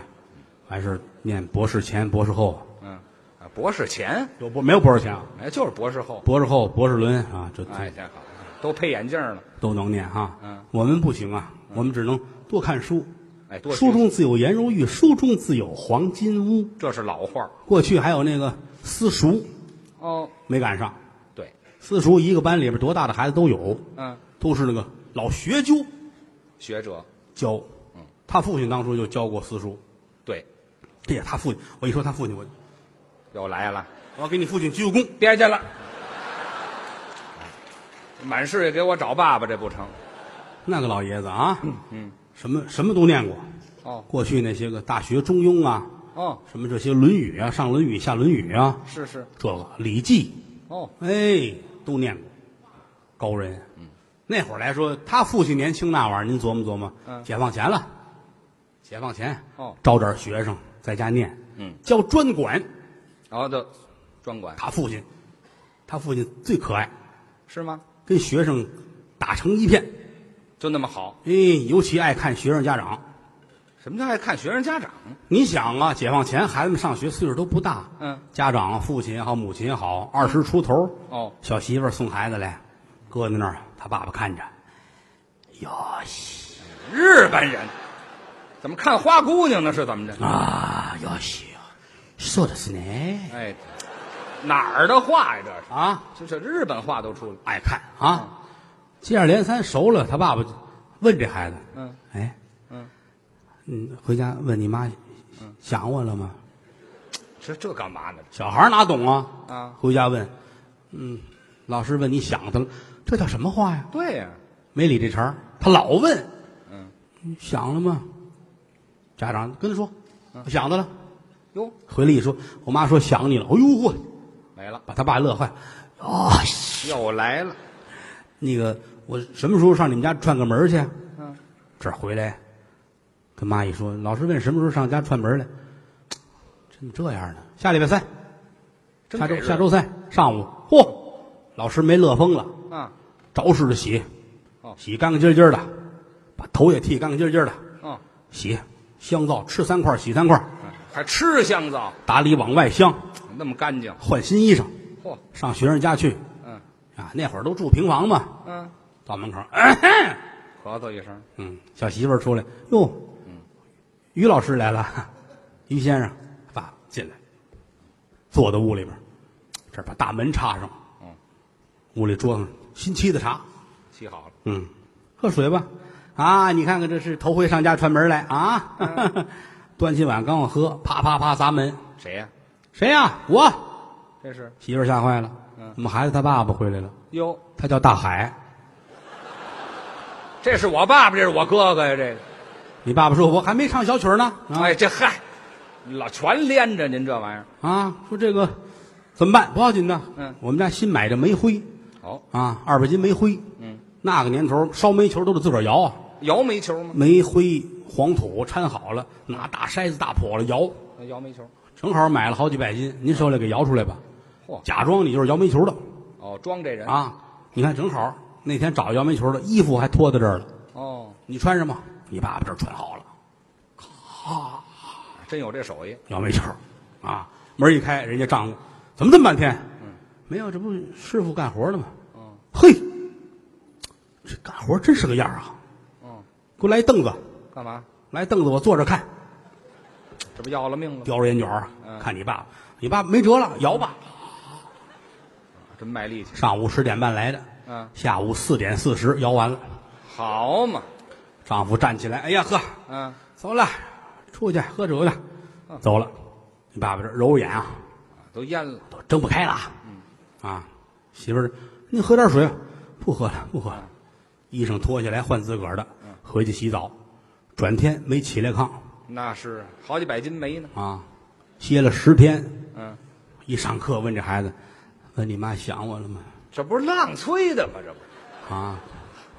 还是念博士前、博士后，
嗯，啊博士前
有博没有博士前啊？
哎就是博士后，
博士后、博士伦啊，这
哎，这好，都配眼镜了，
都能念哈。
嗯，
我们不行啊，我们只能多看书。
哎，多
书
学习
中自有颜如玉，书中自有黄金屋。
这是老话儿
过去还有那个私塾，
哦，
没赶上。
对，
私塾一个班里边多大的孩子都有，
嗯，
都是那个老学究
学者
教。嗯，他父亲当初就教过私塾。
对
哎呀，他父亲，我一说他父亲，我
又来了，
我要给你父亲鞠个躬。
别介了，满世界给我找爸爸，这不成？
那个老爷子啊，嗯，什么什么都念过。
哦
过去那些个大学《中庸》啊，
哦，
什么这些《论语》啊，上《论语》下《论语》啊，
是是
这个《礼记》
哦，
哎，都念过，高人。那会儿来说，他父亲年轻那玩意儿，您琢磨琢磨。
嗯
解放前了，解放前，
哦
招点学生在家念，
嗯，
教专管。
然后就专管
他父亲，他父亲最可爱，
是吗？
跟学生打成一片。
就那么好？
哎，尤其爱看学生家长。
什么叫爱看学生家长？
你想啊，解放前孩子们上学岁数都不大，啊
嗯，
家长父亲也好，母亲也好，二十出头，
哦，
小媳妇儿送孩子来，搁在那儿，他爸爸看着，哟西
日本人怎么看花姑娘呢？是怎么着？
啊，哟西啊，说的是呢
哎，哪儿的话呀？这是
啊，
这这日本话都出来。
爱看
嗯
啊，接二连三熟了，他爸爸就问这孩子，
嗯，
哎，
嗯
嗯，回家问你妈，想我了吗？
这这干嘛呢？
小孩哪懂啊？
啊，
回家问，嗯，老师问你想他了，这叫什么话呀？
对呀、
没理这茬儿他老问，
嗯
你想了吗？家长跟他说，我想他了。
哟，
回来一说，我妈说想你了，哎呦嚯，
没了，
把他爸乐坏。哦，西
又来了。
那个我什么时候上你们家串个门儿去啊？
嗯，
这儿回来，跟妈一说，老师问什么时候上家串门儿来，怎么这样呢？下礼拜三，
真
下周
给日
下周三上午，嚯，老师没乐疯了。
啊，
着实的洗
哦，
洗干干净净的，把头也剃干干净净的，
嗯，
洗香皂吃三块洗三块，
还吃香皂，
打里往外香，
那么干净。
换新衣裳，
嚯、
上学生家去
嗯
啊。那会儿都住平房嘛，
嗯，
到门口，哎
咳嗽一声，
嗯，小媳妇儿出来，哟，于老师来了， 于先生，爸进来，坐到屋里边，这儿把大门插上，
嗯，
屋里桌上新沏的茶，
沏好了。
嗯，喝水吧。啊，你看看这是头回上家串门来啊！
嗯
端起碗刚要喝，啪啪啪砸门，
谁呀、
谁呀、我
这是
媳妇儿吓坏了。
嗯
我们孩子他爸爸回来了，
哟，
他叫大海。
这是我爸爸，这是我哥哥呀，这个。
你爸爸说我还没唱小曲儿呢。啊、
哎，这嗨，老全连着您这玩意儿。
啊，说这个怎么办？不要紧的，
嗯
我们家新买的煤灰
好，
啊，二百斤煤灰。
嗯，
那个年头烧煤球都得自个儿摇啊，
摇煤球吗？
煤灰黄土掺好了，拿大筛子大笸箩摇，
那摇煤球。
正好买了好几百斤，您手里给摇出来吧。
嚯，
假装你就是摇煤球的
哦，装这人。
啊！你看，正好那天找摇煤球的衣服还脱在这儿了，
哦，
你穿上吧。你爸爸这儿穿好了，
啊真有这手艺。
摇煤球啊！门一开，人家丈夫怎么这么半天？没有，这不师傅干活的吗？
嗯
嘿，这干活真是个样儿啊！
嗯，
给我来一凳子，
干嘛？
来凳子，我坐着看，
这不要了命了吗？
叼着烟卷儿啊
嗯
看你爸爸。你爸爸没辙了，摇吧。
真卖力气。
上午十点半来的，
嗯，
下午四点四十摇完了。
好嘛。
丈夫站起来，哎呀呵，
嗯，
走了，出去喝酒去，走了。你爸爸这揉揉眼啊，
都淹了。
都睁不开了啊。啊，媳妇儿，您喝点水，啊不喝了，不喝了。衣裳脱下来换自个儿的，回去洗澡。转天没起来炕
那是好几百斤煤呢。
啊，歇了十天。
嗯，
一上课问这孩子，问你妈想我了吗？
这不是浪催的吗？这不。
啊，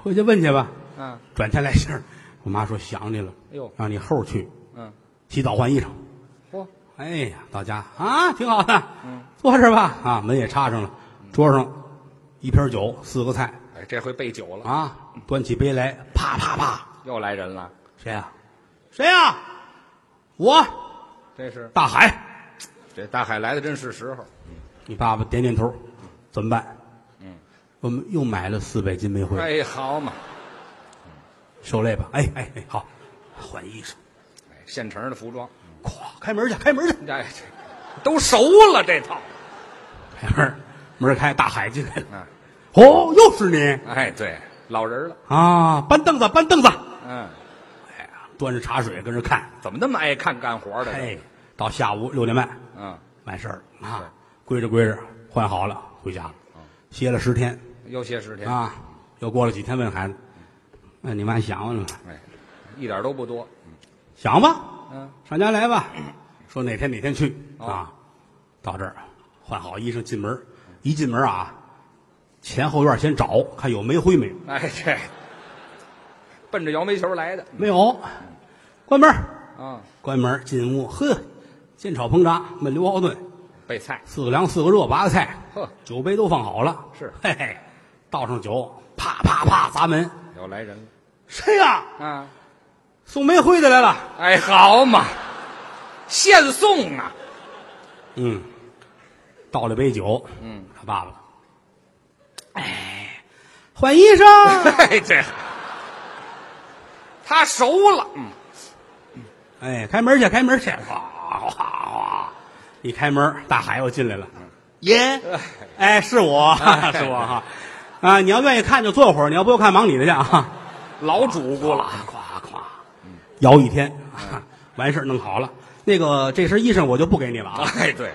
回去问去吧。
嗯，
转天来信儿，我妈说想你了，
哎呦
让你后去
嗯，
洗澡换衣裳。
嚯，
哎呀，到家啊，挺好的，坐这儿吧啊，门也插上了，桌上一瓶酒，四个菜
哎，这回备酒了，
啊，端起杯来，啪啪啪，
又来人了。
谁呀、谁呀、我
这是
大海。
这大海来的真是时候。
你爸爸点点头，怎么办？我们又买了四百斤煤灰，
哎，好嘛，
受累吧。哎哎哎，好，换衣裳，
哎，现成的服装，
咵，开门去，开门去，
哎，这都熟了这套。
开门，门开，大海进来了。
嗯，
哦，又是你
哎，对，老人了。
啊！搬凳子，搬凳子，
嗯，
哎呀，端着茶水跟着看。
怎么那么爱看干活的？
哎，到下午六点半
嗯，
完事儿了
是嗯
啊，归着归着，换好了回家了，歇了十天
又歇十天。
啊，又过了几天问孩子，那你妈想我了吗？
哎，一点都不多。
想吧，
嗯，
上家来吧，说哪天哪天去
哦
啊，到这儿换好衣裳进门，一进门啊，前后院先找看有煤灰没有，
哎，这奔着摇煤球来的。
没有，关门，
啊，
关门进屋，呵，煎炒烹炸焖溜熬炖，
备菜。
四个凉四个热八个菜，
呵，
酒杯都放好了，
是
嘿嘿，倒上酒，啪啪啪砸门，
又来人了。
谁呀、
啊，
送煤灰的来了。
哎，好嘛，现送啊。
嗯，倒了杯酒，
嗯，
他爸爸，哎，换衣 裳。
哎，这 他熟了，嗯，
哎，开门去，开门去！哗哗哗！一开门，大海又进来了。爷，哎，是我，
嗯 哎
是我哈。啊，你要愿意看就坐会儿，你要不看忙你的去啊。
老主顾
咵
了，
咵咵，摇一天， 完事儿弄好了。那个这身衣裳我就不给你了啊，
哎，对，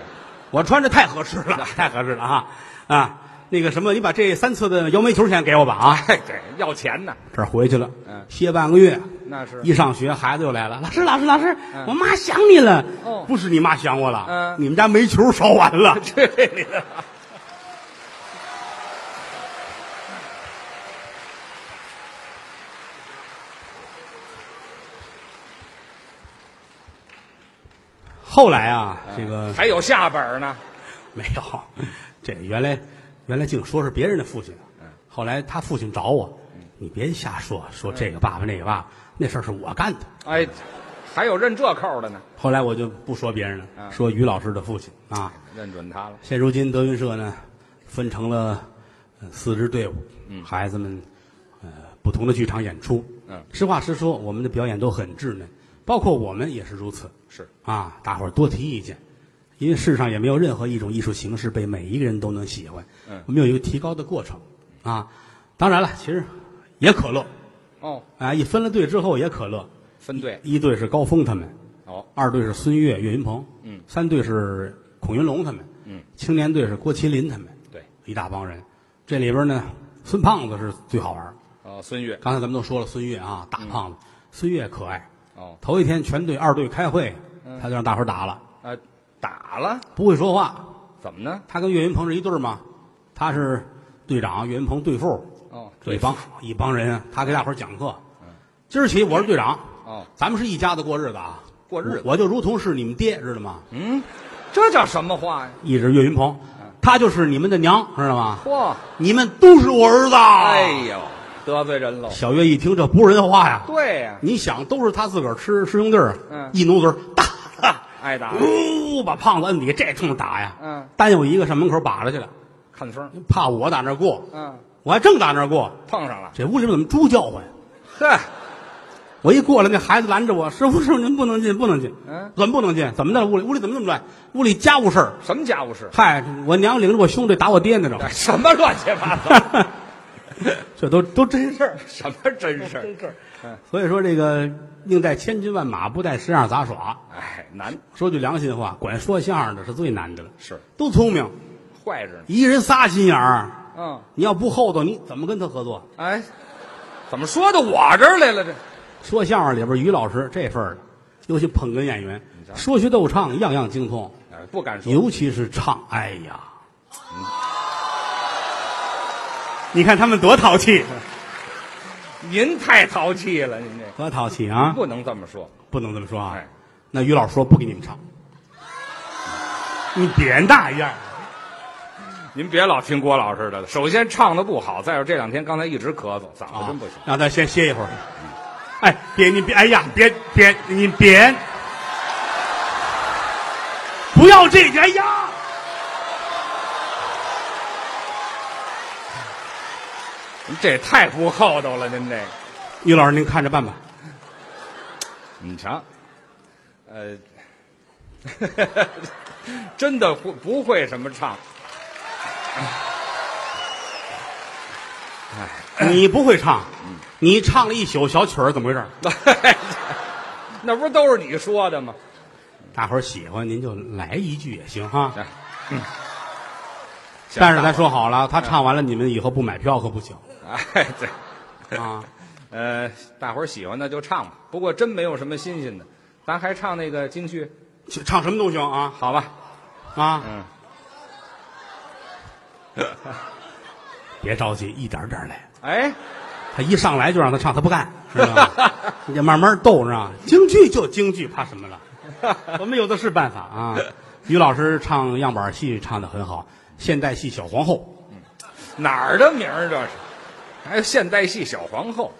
我穿着太合适了，太合适了啊啊！那个什么，你把这三次的摇煤球钱给我吧啊！
哎，对，要钱呢，
这儿回去了，
嗯
歇半个月，
那是
一上学，孩子又来了，老师，老师，老师，
嗯
我妈想你了。
哦
不是你妈想我了，
嗯。
你们家煤球烧完了
对你的，
后来啊，这个
还有下本呢，
没有，这原来原来净说是别人的父亲，
嗯
后来他父亲找我，你别瞎说，说
嗯
这个爸爸那个爸爸，那事儿是我干的。
哎，还有认这扣的呢，
后来我就不说别人了，
嗯
说于老师的父亲啊。
认准他了，
现如今德云社呢，分成了呃四支队伍，孩子们呃不同的剧场演出。
嗯
实话实说，我们的表演都很稚嫩，包括我们也是如此。
是
啊，大伙儿多提意见，因为世上也没有任何一种艺术形式被每一个人都能喜欢。
嗯
我们有一个提高的过程啊。当然了，其实也可乐
哦，
啊，一分了队之后也可乐。
分队，
一队是高峰他们，
哦，
二队是孙越、岳云鹏，
嗯，
三队是孔云龙他们，
嗯，
青年队是郭麒麟他们，
对，
一大帮人。这里边呢，孙胖子是最好玩儿。
哦，孙越，
刚才咱们都说了，孙越啊，大
嗯
胖子，孙越可爱。
哦，
头一天全队二队开会，
嗯
他就让大伙儿打了，
呃，打了，
不会说话。
怎么呢？
他跟岳云鹏是一对儿嘛，他是队长，岳云鹏队副，
哦，
这一帮一帮人啊，他给大伙儿讲课。
嗯
今儿起我是队长，
哦，
咱们是一家子过日子啊，
过日子
我我就如同是你们爹，知道吗？
嗯，这叫什么话呀？
一直岳云鹏，他就是你们的娘，知道吗？
嚯，
你们都是我儿子。
哎，呦，得罪人喽，
小岳一听这不是人话呀！
对呀，
你想，都是他自个儿吃师兄弟儿，啊
嗯
一努嘴儿打，
挨打，
呜、把胖子摁底，这通打呀！
嗯，
单有一个上门口把着去了，
看风，
怕我打那儿过，
嗯，
我还正打那儿过，
碰 上了，
这屋里边怎么猪叫唤？
呵，
我一过来，那孩子拦着我，师傅师傅您不能进，不能进，
嗯，
怎么不能进？怎么的了？屋里屋里怎么这么乱？屋里家务事儿，
什么家务事？
嗨，我娘领着我兄弟打我爹呢，
哎什么乱七八糟？
这 这都都真事儿。
什么真事儿？嗯真事儿。
所以说这个宁带千军万马，不带十样杂耍。
哎，难
说句良心话，管说相声的是最难的了，
是
都聪明，
坏着呢。
一人仨心眼儿。
嗯，
你要不厚道，你怎么跟他合作？
哎，怎么说到我这儿来了？这
说相声里边，于老师这份儿的，尤其捧哏演员，说学逗唱样样精通，
哎不敢说，
尤其是唱。哎呀，你看他们多淘气，
您太淘气了，您这
多淘气啊！
不能这么说。
不能这么说啊
哎。
那于老师说不给你们唱，你别那样。
您别老听郭老师的了，首先唱的不好，再有这两天刚才一直咳嗽，嗓子真不行。
让他啊先歇一会儿。哎，别你别，哎呀，别别你别，不要这个，哎呀，
您这也太不厚道了，您这个。
于老师您看着 办吧。
你瞧，呃， 真的不不会什么唱，
你不会唱，你唱了一宿小曲儿，怎么回事？
那不是都是你说的吗？
大伙儿喜欢您就来一句也行哈。
行
但是咱说好了，
嗯
他唱完了，你们以后不买票可 不行
哎，对，
啊。
呃，大伙儿喜欢的就唱吧。不过真没有什么新鲜的，咱还唱那个京剧，
去唱什么都行啊
好吧？
啊！
嗯，
别着急，一点儿点儿来。
哎，
他一上来就让他唱，他不干，知道吗？你得慢慢逗，知道吗？京剧就京剧，怕什么了？我们有的是办法啊。于老师唱样板戏唱的很好，现代戏《小皇后
哪儿的名儿这是？还有现代戏小皇后，》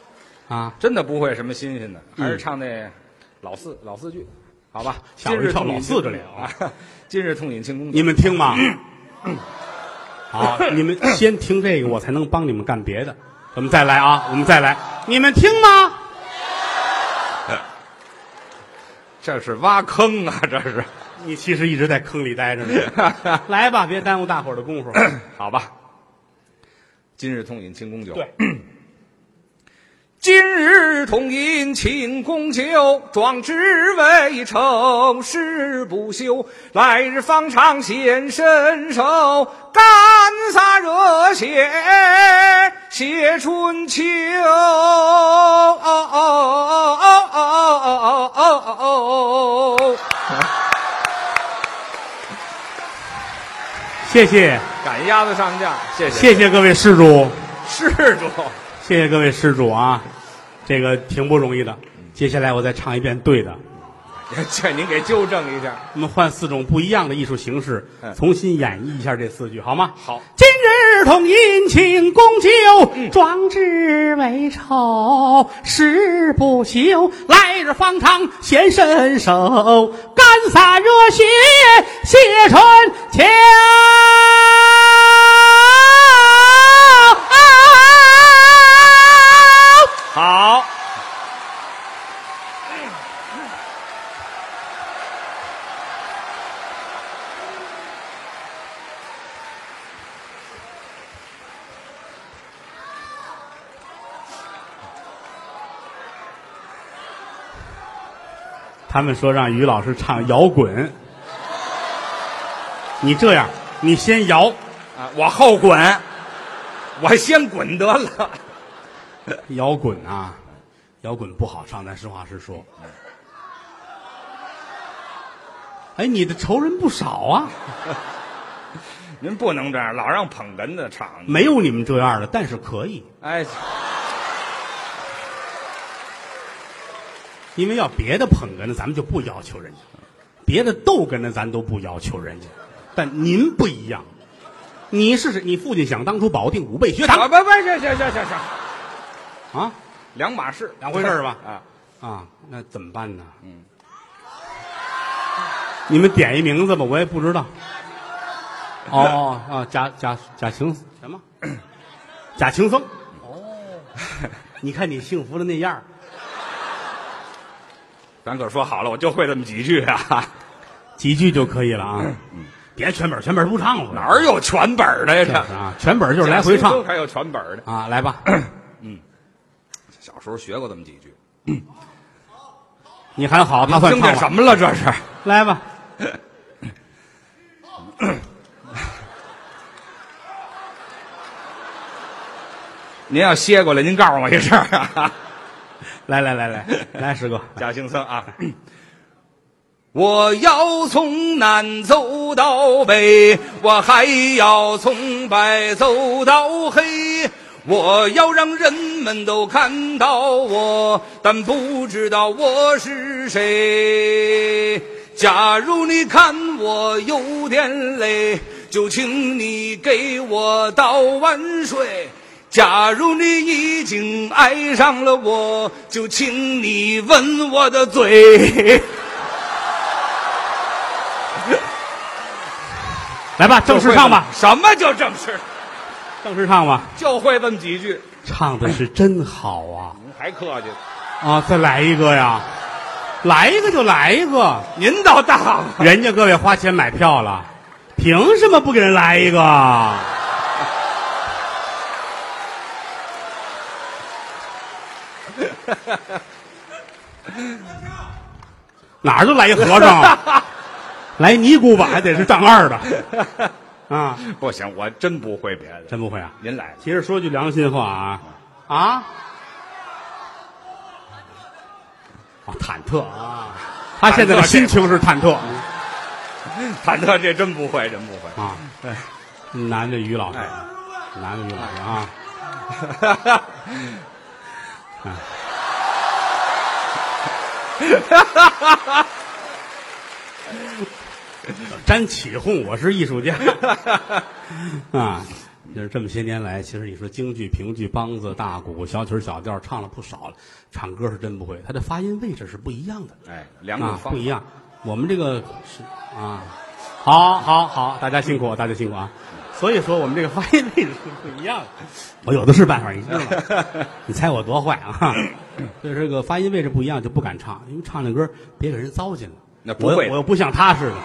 啊，
真的不会什么新鲜的，
嗯
还是唱那老四、老四剧，好吧？
吓我一跳老四这里啊
啊！ 今日痛饮庆功酒
你们听吗？好，你们先听这个，我才能帮你们干别的。我们再来啊，我们再来，你们听吗？
这是挖坑啊，这是，
你其实一直在坑里待着呢。来吧，别耽误大伙儿的功夫。
好吧。今日痛饮清宫酒，
对，
今日同饮庆功酒，壮志未酬誓不休，来日方长显身手，干洒热血写春 秋。哦哦哦哦哦哦哦哦哦！
谢谢，
赶鸭子上架，谢谢
谢谢各位施主，
施主，
谢谢各位施主啊，这个挺不容易的。接下来我再唱一遍对的，
这您给纠正一下。
我们换四种不一样的艺术形式
嗯，
重新演绎一下这四句，好吗？
好，
今日同饮庆功酒，壮志未酬誓不休。来日方长显身手，干洒热血写春秋。
好，
他们说让于老师唱摇滚，你这样，你先摇，
啊，我后滚，我先滚得了。
摇滚啊，摇滚不好唱，咱实话实说。哎，你的仇人不少啊，
您不能这样，老让捧哏的唱。
没有你们这样的，但是可以，
哎，
因为要别的捧哏的，咱们就不要求人家；别的逗哏的，咱都不要求人家。但您不一样，你试试，你父亲想当初保定五倍学
啊
堂
不不，行行行行行，
啊
两码事，
两回事儿吧
啊，
啊，那怎么办呢？嗯， 你们点一名字吧，我也不知道。 哦哦啊，贾贾贾晴什 么？贾晴僧。哦， 你看你幸福的那样儿
咱可说好了，我就会这么几句啊，
几句就可以了啊。别全本，全本不唱了。
嗯哪儿有全本儿的
这
呀？
是啊？全本就
这
是来回唱
还有全本儿的。
啊，来吧，
小时候学过这么几句，
你喊好，他算
听
唱
见
了
什么了？这是
来吧，
您要歇过来，您告诉我一声 啊。
来来 来来来，师哥，
贾兴僧啊，我要从南走到北，我还要从白走到黑。我要让人们都看到我，但不知道我是谁。假如你看我有点累，就请你给我倒碗水。假如你已经爱上了我，就请你吻我的嘴。
来吧，正式唱吧，
什么叫正式？
正式唱吧，
就会这么几句，
唱的是真好啊。
您还客气？
啊，再来一个呀，来一个就来一个，
您倒大了，
人家各位花钱买票了，凭什么不给人来一个？ 哪儿都来一和尚，啊 来尼姑吧，还得是丈二的，啊，
不行，我真不会别的。
真不会啊。
您来，
其实说句良心话啊，啊，啊忐忑啊，他现在的心情是忐忑
忐忑这真不会，真不会。
啊，难为于老师
哎，
难为于老师啊， 沾起哄，我是艺术家 啊。就是这么些年来，其实你说京剧、评剧、梆子、大鼓、小曲儿、小调儿唱了不少了，唱歌是真不会，它的发音位置是不一样的。
哎，两种
啊，
方
不一
法。
样。我们这个是啊，好，好，好，大家辛苦，大家辛苦啊！所以说我们这个发音位置是不一样的。我有的是办法，你知道吗？你猜我多坏啊！所以这个发音位置不一样就不敢唱，因为唱那歌别给人糟践了。
那不
我又
会的
我又不像他似的。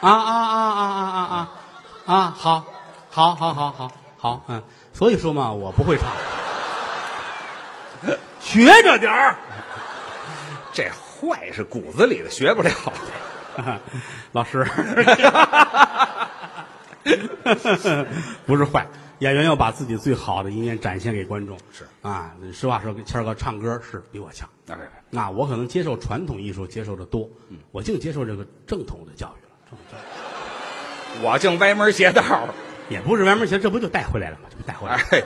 啊啊啊啊啊啊啊！啊，好，好，好，好，好，好，嗯，所以说嘛，我不会唱，学着点儿。
这坏是骨子里的，学不了。
老师，不是坏，演员要把自己最好的一面展现给观众。
是
啊，实话说，谦儿哥唱歌是比我强。
哎，
那我可能接受传统艺术接受的多，我净接受这个正统的教育了。正统教育
我净歪门邪道了。
也不是歪门邪，这不就带回来了吗？这不带回来
哎
了，，
对，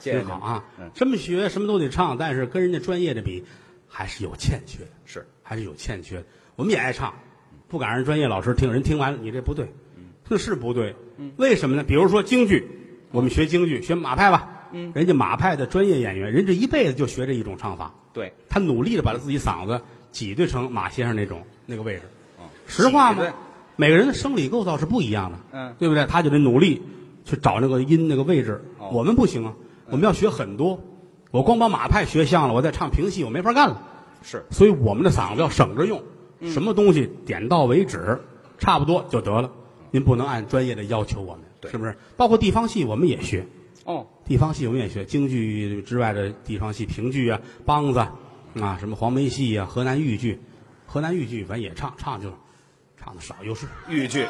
谢
真
谢
好啊
嗯！，
什么学什么都得唱，但是跟人家专业的比，还是有欠缺的。
是
还是有欠缺的。我们也爱唱，不敢让专业老师听，人听完了你这不对，
嗯
这是不对。为什么呢？比如说京剧，我们学京剧，学马派吧，
嗯
人家马派的专业演员，人这一辈子就学这一种唱法，
对，
他努力的把他自己嗓子挤兑成马先生那种那个位置。
嗯
实话
挤兑
嘛，每个人的生理构造是不一样的，
嗯
对不对？他就得努力去找那个音那个位置。
哦
我们不行啊，我们要学很多。我光把马派学像了，我再唱评戏，我没法干了。
是
所以我们的嗓子要省着用，什么东西点到为止，差不多就得了。您不能按专业的要求我们，
对
是不是？包括地方戏，我们也学
哦，
地方戏，我们也学京剧之外的地方戏，评剧啊、梆子啊啊、什么黄梅戏啊、河南豫剧，河南豫剧反正也唱，唱就唱的少，又是
豫剧，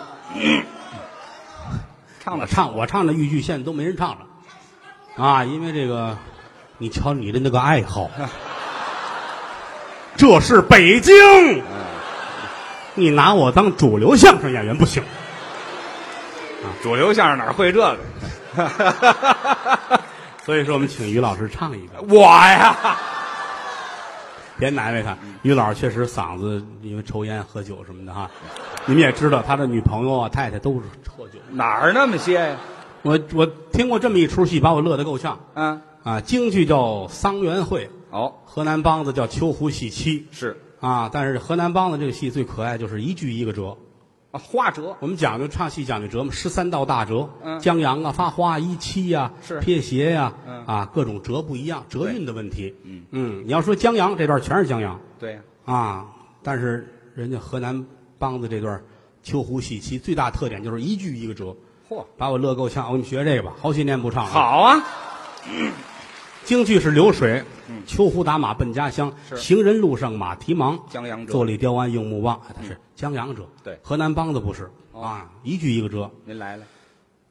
唱
我
的
嗯唱我唱的豫剧现在都没人唱了，啊，因为这个，你瞧你的那个爱好，这是北京，你拿我当主流相声演员不行，
主流相声哪会这个？
所以说我们请于老师唱一个，
我呀，
别难为他。于老师确实嗓子因为抽烟喝酒什么的哈，你们也知道他的女朋友啊太太都是喝酒。
哪儿那么些呀？
我我听过这么一出戏，把我乐得够呛
嗯，
啊！京剧叫桑园会，
哦，
河南梆子叫秋胡戏妻。
是
啊，但是河南梆子这个戏最可爱，就是一句一个折。
啊，花折
我们讲究唱戏讲究折嘛，十三道大折，
嗯
江洋啊、发花、一七呀、
是
撇斜呀、
嗯
啊，各种折不一样，折韵的问题。嗯你要说江洋这段全是江洋
对呀，
啊，但是人家河南梆子这段秋胡戏妻最大特点就是一句一个折，
嚯，
把我乐够呛。我们学这个吧，好些年不唱了。
好啊，
京剧是流水，秋胡打马奔家乡，
嗯是
行人路上马蹄忙，
江洋折
坐立雕鞍用木棒，它是江洋折。
对哦
河南梆子不是啊，一句一个折。
您来了，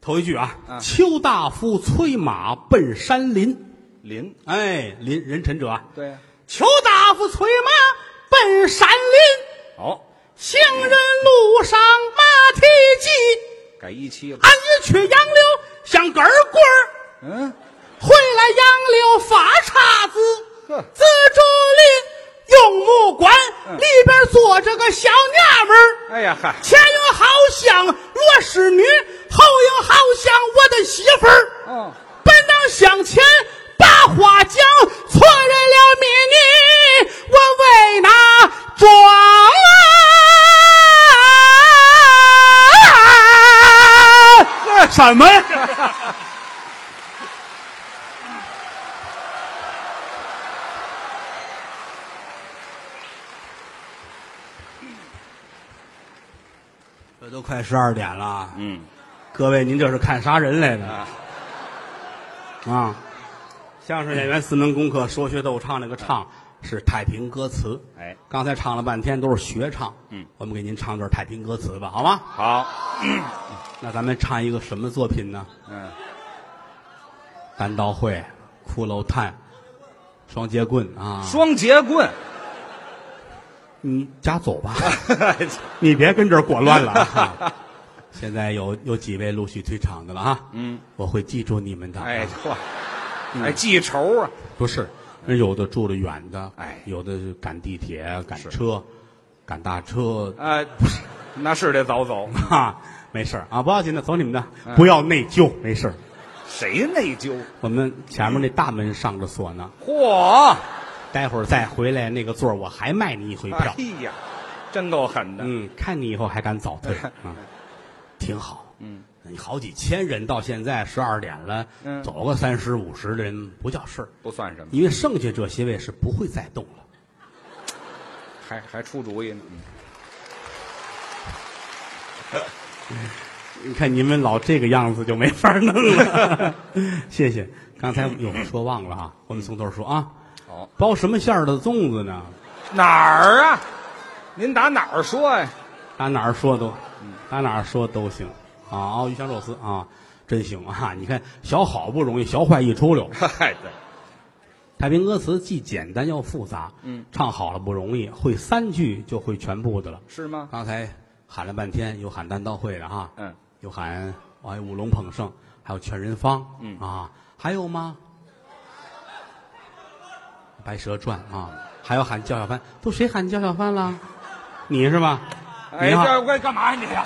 头一句啊，
嗯
邱大夫催马奔山林，
林，
哎，林人臣者啊，
对呀，
邱大夫催马奔山林，
哦，
行人路上马蹄疾，
改一期了，
俺一去杨柳像根儿棍儿。
嗯，
回来杨柳发叉子，
呵
自竹林用木管，
嗯
里边坐着个小娘们儿，
哎呀嗨，
前有好像罗氏女，后有好像我的媳妇儿。
哦，
本当向前把话讲，错认了迷你，我为哪桩啊？什么呀？这都快十二点了，
嗯
各位，您这是看啥人来的？
啊，
啊，相声演员四门功课，说学逗唱，那个唱是太平歌词。
哎，
刚才唱了半天都是学唱，
嗯，
我们给您唱段太平歌词吧，好吗？
好，
那咱们唱一个什么作品呢？
嗯，
单刀会、骷髅炭、双截棍啊！
双节棍，
你家走 吧，你别跟这儿裹乱了 啊。现在有有几位陆续退场的了啊，
嗯，
我会记住你们的。啊
哎，嚯，哎，记仇啊，
不是，人有的住的远的，
哎
有的是赶地铁、赶车、赶大车，
哎，不是，那是得早走，
哈，没事儿啊，不要紧的，走你们的，
哎
不要内疚，没事儿。
谁内疚？
我们前面那大门上着锁呢，
嚯，
待会儿再回来那个座儿我
哎
还卖你一回票嗯
哎。呀，真够狠的，哎
嗯，看你以后还敢早退啊？挺好。嗯，你好几千人到现在十二点了，
嗯
走个三十五十的人不叫事儿，
不算什么，
因为剩下这些位是不会再动了。
还还出主意呢。嗯
你看你们老这个样子就没法弄了。 谢谢，刚才有说忘了啊，我们从头说啊，
好，
包什么馅儿的粽子呢？
哪儿啊？您打哪儿说呀、
打哪儿说都，打哪儿说都行啊。熬鱼香肉丝啊，真行啊！你看小好不容易，小坏一出溜。
嗨，对，
太平歌词既简单又复杂，嗯，唱好了不容易，会三句就会全部的了。
是吗？
刚才喊了半天，有喊单刀会的哈，
嗯，
有喊哎舞龙捧圣，还有劝人方，嗯啊，还有吗？白蛇传啊，还有喊叫小番，都谁喊叫小番了？你是吧？
哎，
你哈
这我干嘛呀你呀、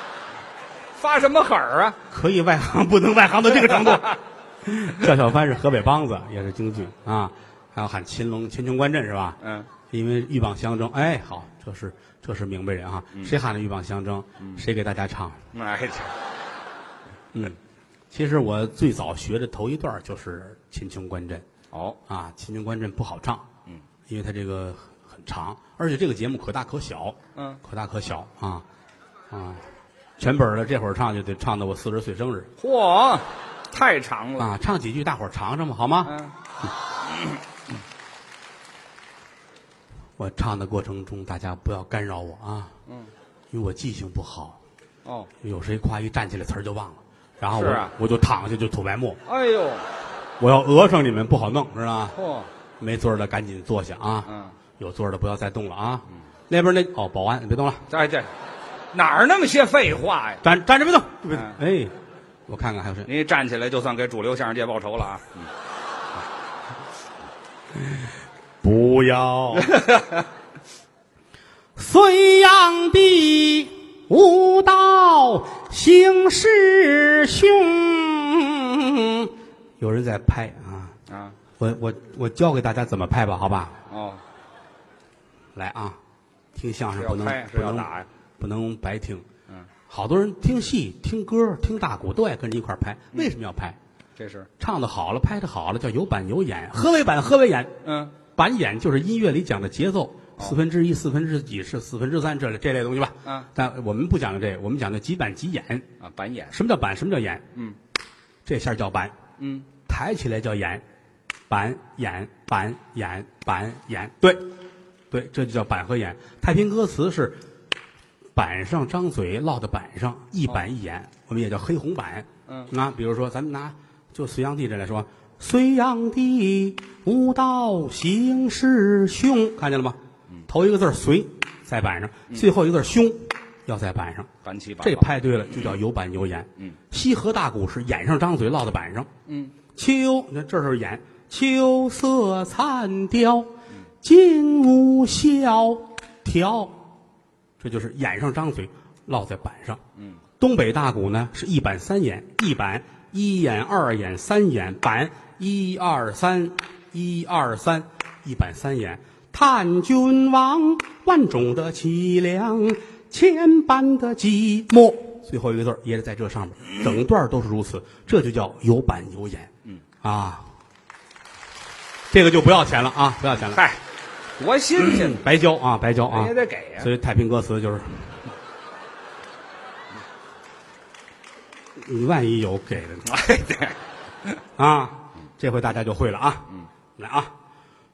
发什么狠儿啊？
可以外行，不能外行到这个程度。叫小番是河北梆子，也是京剧啊，还有喊秦龙、秦琼观阵是吧？
嗯，
因为鹬蚌相争，哎，好，这是这是明白人啊，谁喊的鹬蚌相争，谁给大家唱？
哎，这
嗯，其实我最早学的头一段就是秦琼观阵
哦，
啊，秦琼观阵不好唱，嗯，因为它这个很长，而且这个节目可大可小，
嗯，
可大可小啊啊，全本儿的这会儿唱就得唱到我四十岁生日
嚯，太长了。
啊，唱几句大伙儿尝尝吧，好吗？
嗯，
我唱的过程中大家不要干扰我啊，
嗯，
因为我记性不好，
哦，
有谁夸一站起来词儿就忘了，然后我、
是啊
我就躺下就吐白沫，
哎呦，
我要讹上你们不好弄，知道吗？
嚯，
没座儿的赶紧坐下啊，
嗯，
有座儿的不要再动了啊。那边那哦，保安你别动了，
哎这哪儿那么些废话呀？
站站着别动，
嗯
别动。哎，我看看还有谁？
您一站起来就算给主流相声界报仇了啊！
不 要。隋炀帝无道行师兄，有人在拍啊！
啊，
我我我教给大家怎么拍吧，好吧？
哦，
来啊，听相声
是
不
要
能
拍
不
是要
能
打呀？
不能白听。
嗯，
好多人听戏、听歌、听大鼓都爱跟着一块儿拍，为什么要拍？
这是，
唱的好了，拍的好了，叫有板有眼。何为板？何为眼？
嗯，
板眼就是音乐里讲的节奏，四分之一、四分之几是四分之三这类这类东西吧。
嗯，
但我们不讲究这个，我们讲究几板几眼。
啊，板眼，
什么叫板？什么叫眼？
嗯，
这下叫板，
嗯，
抬起来叫眼，板眼板眼板眼，对，对，这就叫板和眼。太平歌词是板上张嘴落到板上，一板一眼，我们也叫黑红板。
哦嗯
那比如说，咱们拿就隋炀帝这来说，隋炀帝无道行师凶，看见了吗？
嗯
头一个字儿隋在板上，最后一个字儿凶要在板上。
板起板
这
落
拍对了，就叫有板有眼。
嗯，
西河大鼓是眼上张嘴落在板上。
嗯，
秋，那这是眼，秋色残凋，金屋萧条，这就是眼上张嘴落在板上。
嗯，
东北大鼓呢是一板三眼，一板一眼二眼三眼板一二三一二三一板三眼。叹君王，万种的凄凉，千般的寂寞。最后一个字儿也得在这上面，
嗯
整段都是如此，这就叫有板有眼。嗯啊，这个就不要钱了啊，不要钱了，
嗨，多新鲜，
白交啊，白交啊，
人家得给呀
所以太平歌词就是，你万一有给的呢
哎，对，
啊，这回大家就会了啊。嗯，来啊，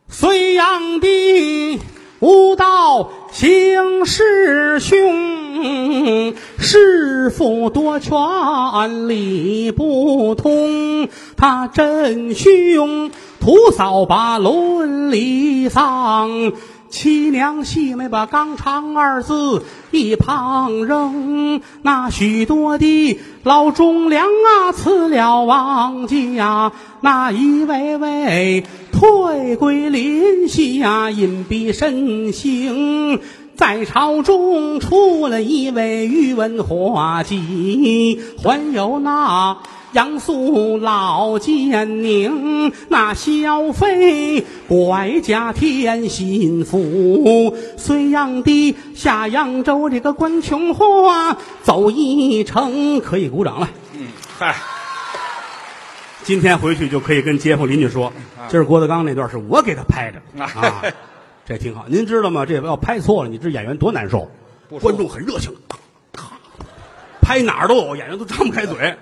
隋炀帝无道行师兄，师傅多权理不通，他真凶，徒扫把伦理丧。七娘细妹把“纲常”二字一旁扔，那许多的老忠良啊，辞了王家，那一位位退归林下，隐蔽身形。在朝中出了一位宇文化及，还有那杨素老奸佞，那萧妃拐嫁添心腹。隋炀帝下扬州，这个关琼花走一程，可以鼓掌了。
嗯，嗨，
今天回去就可以跟街坊邻居说，
啊
今儿郭德纲那段是我给他拍的 啊，这挺好。您知道吗？这要拍错了，你这演员多难受
不，说
观众很热情，咔咔拍哪儿都有，演员都张不开嘴，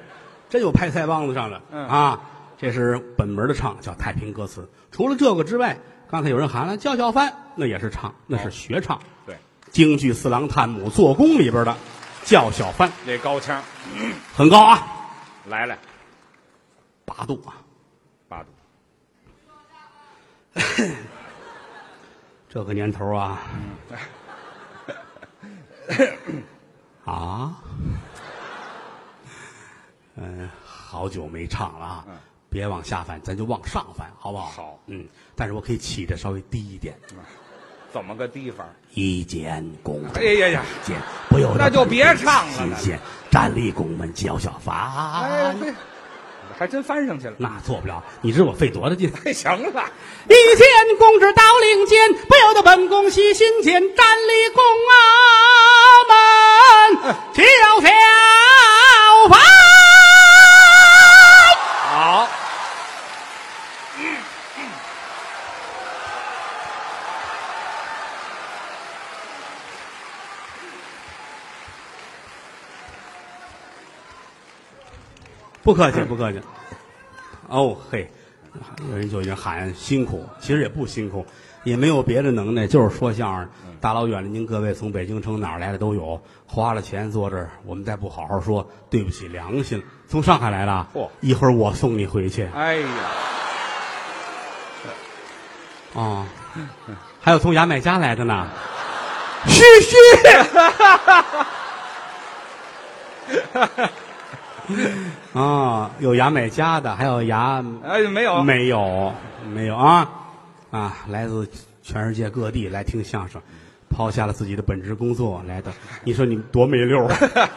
真有拍腮帮子上的
嗯
啊。这是本门的唱，叫太平歌词。除了这个之外，刚才有人喊了叫小番，那也是唱，那
哦
是学唱。
对，
京剧《四郎探母》做工里边的叫小番，
这高腔
很高啊，
来来，
八度啊。
八度，
这个年头啊，
嗯
啊，嗯，好久没唱了啊，别往下翻，咱就往上翻，好不好？
嗯好嗯
嗯，但是我可以起的稍微低一点，
怎么个地方？
一肩拱
哎呀呀，
肩，不由得
那就别唱了
心间站立拱门脚小
哎
法，，
对，还真翻上去了。
那做不了，你知道我费多大劲？
嘿， 行了，
一见公之到令间，不由得本宫喜心间，站立宫阿门，叫小凡。
好，
不客气，不客气。哦嘿，有人就已经喊辛苦，其实也不辛苦，也没有别的能耐，就是说相声。大老远的，您各位从北京城哪儿来的都有，花了钱坐这儿，我们再不好好说，对不起良心。从上海来的啊，
嚯
一会儿我送你回去。
哎呀，
哦， 还有从牙买加来的呢，
嘘 嘘，
啊、有牙买加的，还有牙
哎，没有，
没有没有啊啊，来自全世界各地来听相声，抛下了自己的本职工作来的，你说你们多没溜儿 啊！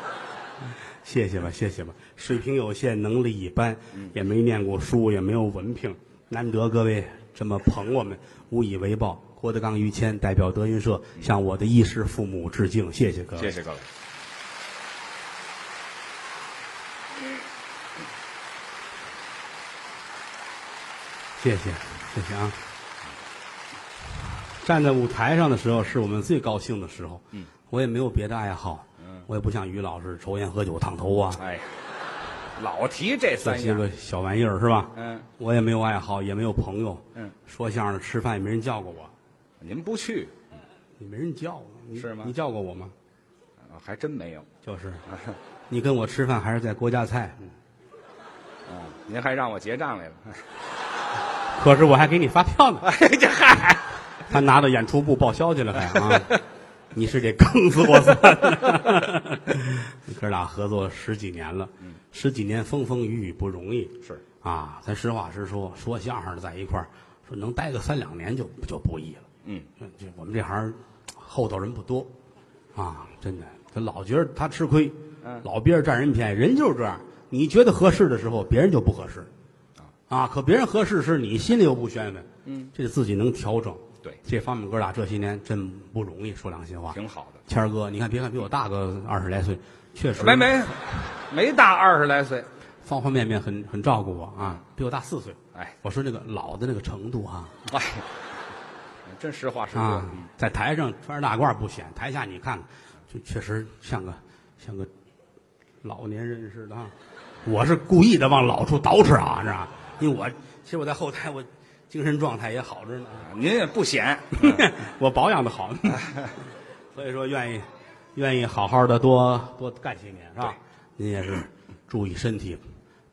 谢谢吧，谢谢吧，水平有限，能力一般，也没念过书，也没有文凭，难得各位这么捧我们，无以为报。郭德纲、于谦代表德云社向我的衣食父母致敬，谢谢各位。
谢谢各位。
谢谢，谢谢啊！站在舞台上的时候，是我们最高兴的时候。嗯，我也没有别的爱好，嗯，我也不像于老师抽烟喝酒烫头啊，
哎，老提这
这
三
些
样，
个小玩意儿是吧？
嗯，
我也没有爱好，也没有朋友。
嗯，
说相声吃饭也没人叫过我，
您不去，
你没人叫我，你
是吗
你叫过我吗？
啊还真没有。
就是，你跟我吃饭还是在国家菜，
嗯您还让我结账来了。
可是我还给你发票呢。
哎，这嗨，
他拿到演出部报销去了，还啊！你是得坑死我算了。哥俩合作十几年了，十几年风风雨雨不容易
是
啊。咱实话实说，说相声的在一块儿，说能待个三两年就就不易了。
嗯，
这我们这行厚道人不多啊，真的，他老觉得他吃亏，老憋着占人便宜，人就是这样。你觉得合适的时候，别人就不合适，啊，可别人合适时，你心里又不宣愤，嗯，这自己能调整。
对
这方面哥俩这些年真不容易，说良心话。
挺好的。
谦儿哥，你看，别看比我大个二十来岁，确实
没没，没大二十来岁。
方方面面很很照顾我啊，比我大四岁。
哎，
我说那个老的那个程度啊，
哎，真实话实说。
啊
嗯，
在台上穿着大褂不显，台下你看看，就确实像个像个老年人似的啊。我是故意的往老处捯饬啊，是吧？因为我其实我在后台我精神状态也好着呢，
您也不显，
我保养的好， 所以说愿意愿意好好的多多干些年，是吧？您也是注意身体，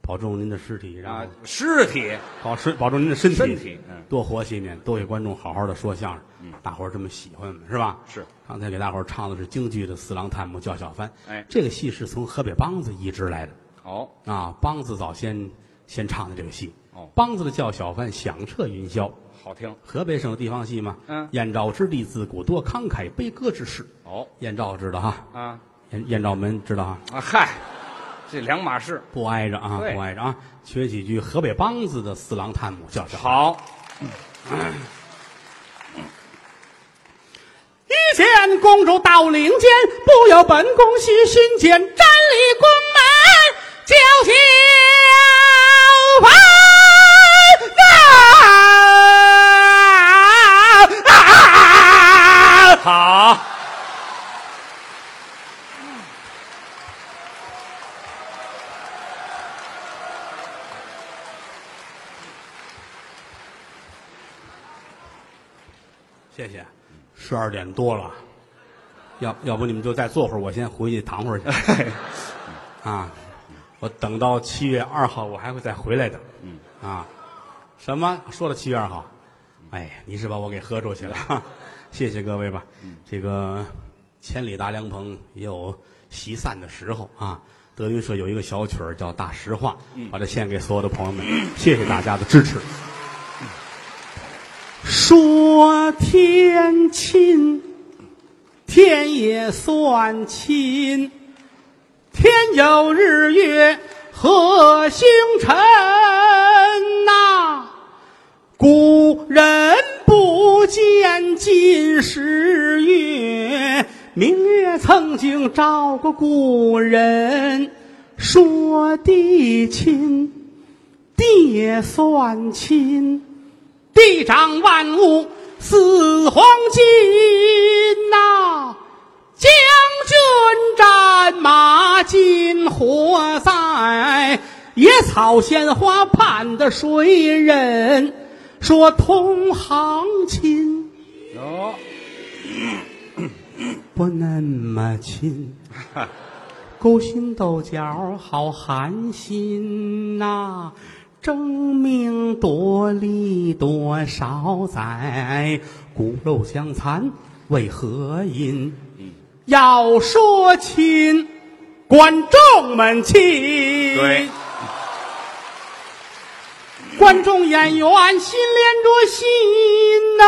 保重您的尸体，然后
啊，尸体
保持保重您的身体，
身体嗯
多活些年，多给观众好好的说相声，大伙儿这么喜欢是吧？
是。
刚才给大伙儿唱的是京剧的《四郎探母》叫小番，
哎
这个戏是从河北梆子移植来的
哦，
啊，梆子早先先唱的这个戏，
哦
梆子的叫小番响彻云霄，
好听
河北省的地方戏嘛，
嗯
燕赵之地自古多慷慨悲歌之士，
哦
燕赵知道哈，
啊
燕燕赵门知道哈，
啊嗨，这两码事。
不挨着啊，
对
不挨着啊，学几句河北梆子的四郎探母叫叫。
好，
一见公主到领间，不由本宫虚心间，站立宫门叫小啊！
好，
谢谢，十二点多了，要要不你们就再坐会儿，我先回去躺会儿去啊。我等到七月二号，我还会再回来的。嗯啊，什么说了七月二号？哎，你是把我给喝出去了， 谢谢各位吧。这个千里达凉棚也有席散的时候啊。德云社有一个小曲儿叫《大实话》，把它献给所有的朋友们，谢谢大家的支持。说天亲，天也算亲，天有日月和星辰呐、古人不见今时月，明月曾经照过故人。说地亲，地也算亲，地长万物似黄金呐、将军战马金火在，野草鲜花盼的谁人？说同行亲
有
不那么亲，勾心斗角好寒心呐、争名夺利多少载，骨肉相残为何因？要说亲，观众们亲。
对，
观众演员心连着心呐、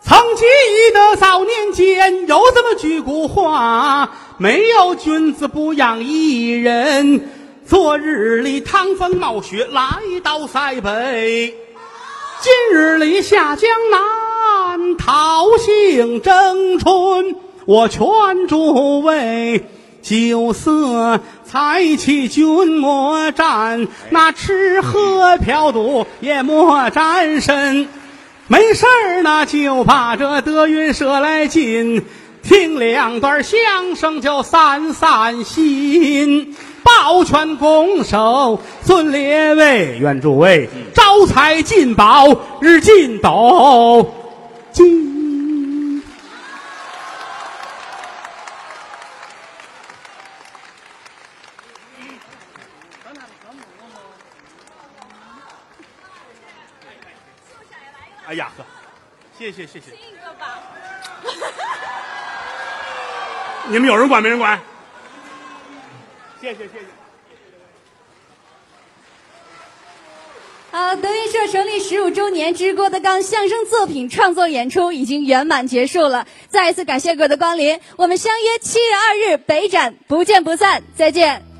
曾记得早年间有这么句古话：没有君子不养艺人。昨日里趟风冒雪来到塞北，今日里下江南桃杏争春。我劝诸位。酒色财气君莫沾，那吃喝嫖赌也莫沾身。没事儿呢，就把这德云社来进，听两段相声就散散心。抱拳拱手，尊列位，愿诸位招财进宝，日进斗金。哎呀呵，谢谢谢谢。你们有人管没人管？谢谢谢谢。
好，德云社成立十五周年之郭德纲相声作品创作演出已经圆满结束了，再一次感谢各位的光临，我们相约七月二日北展，不见不散，再见。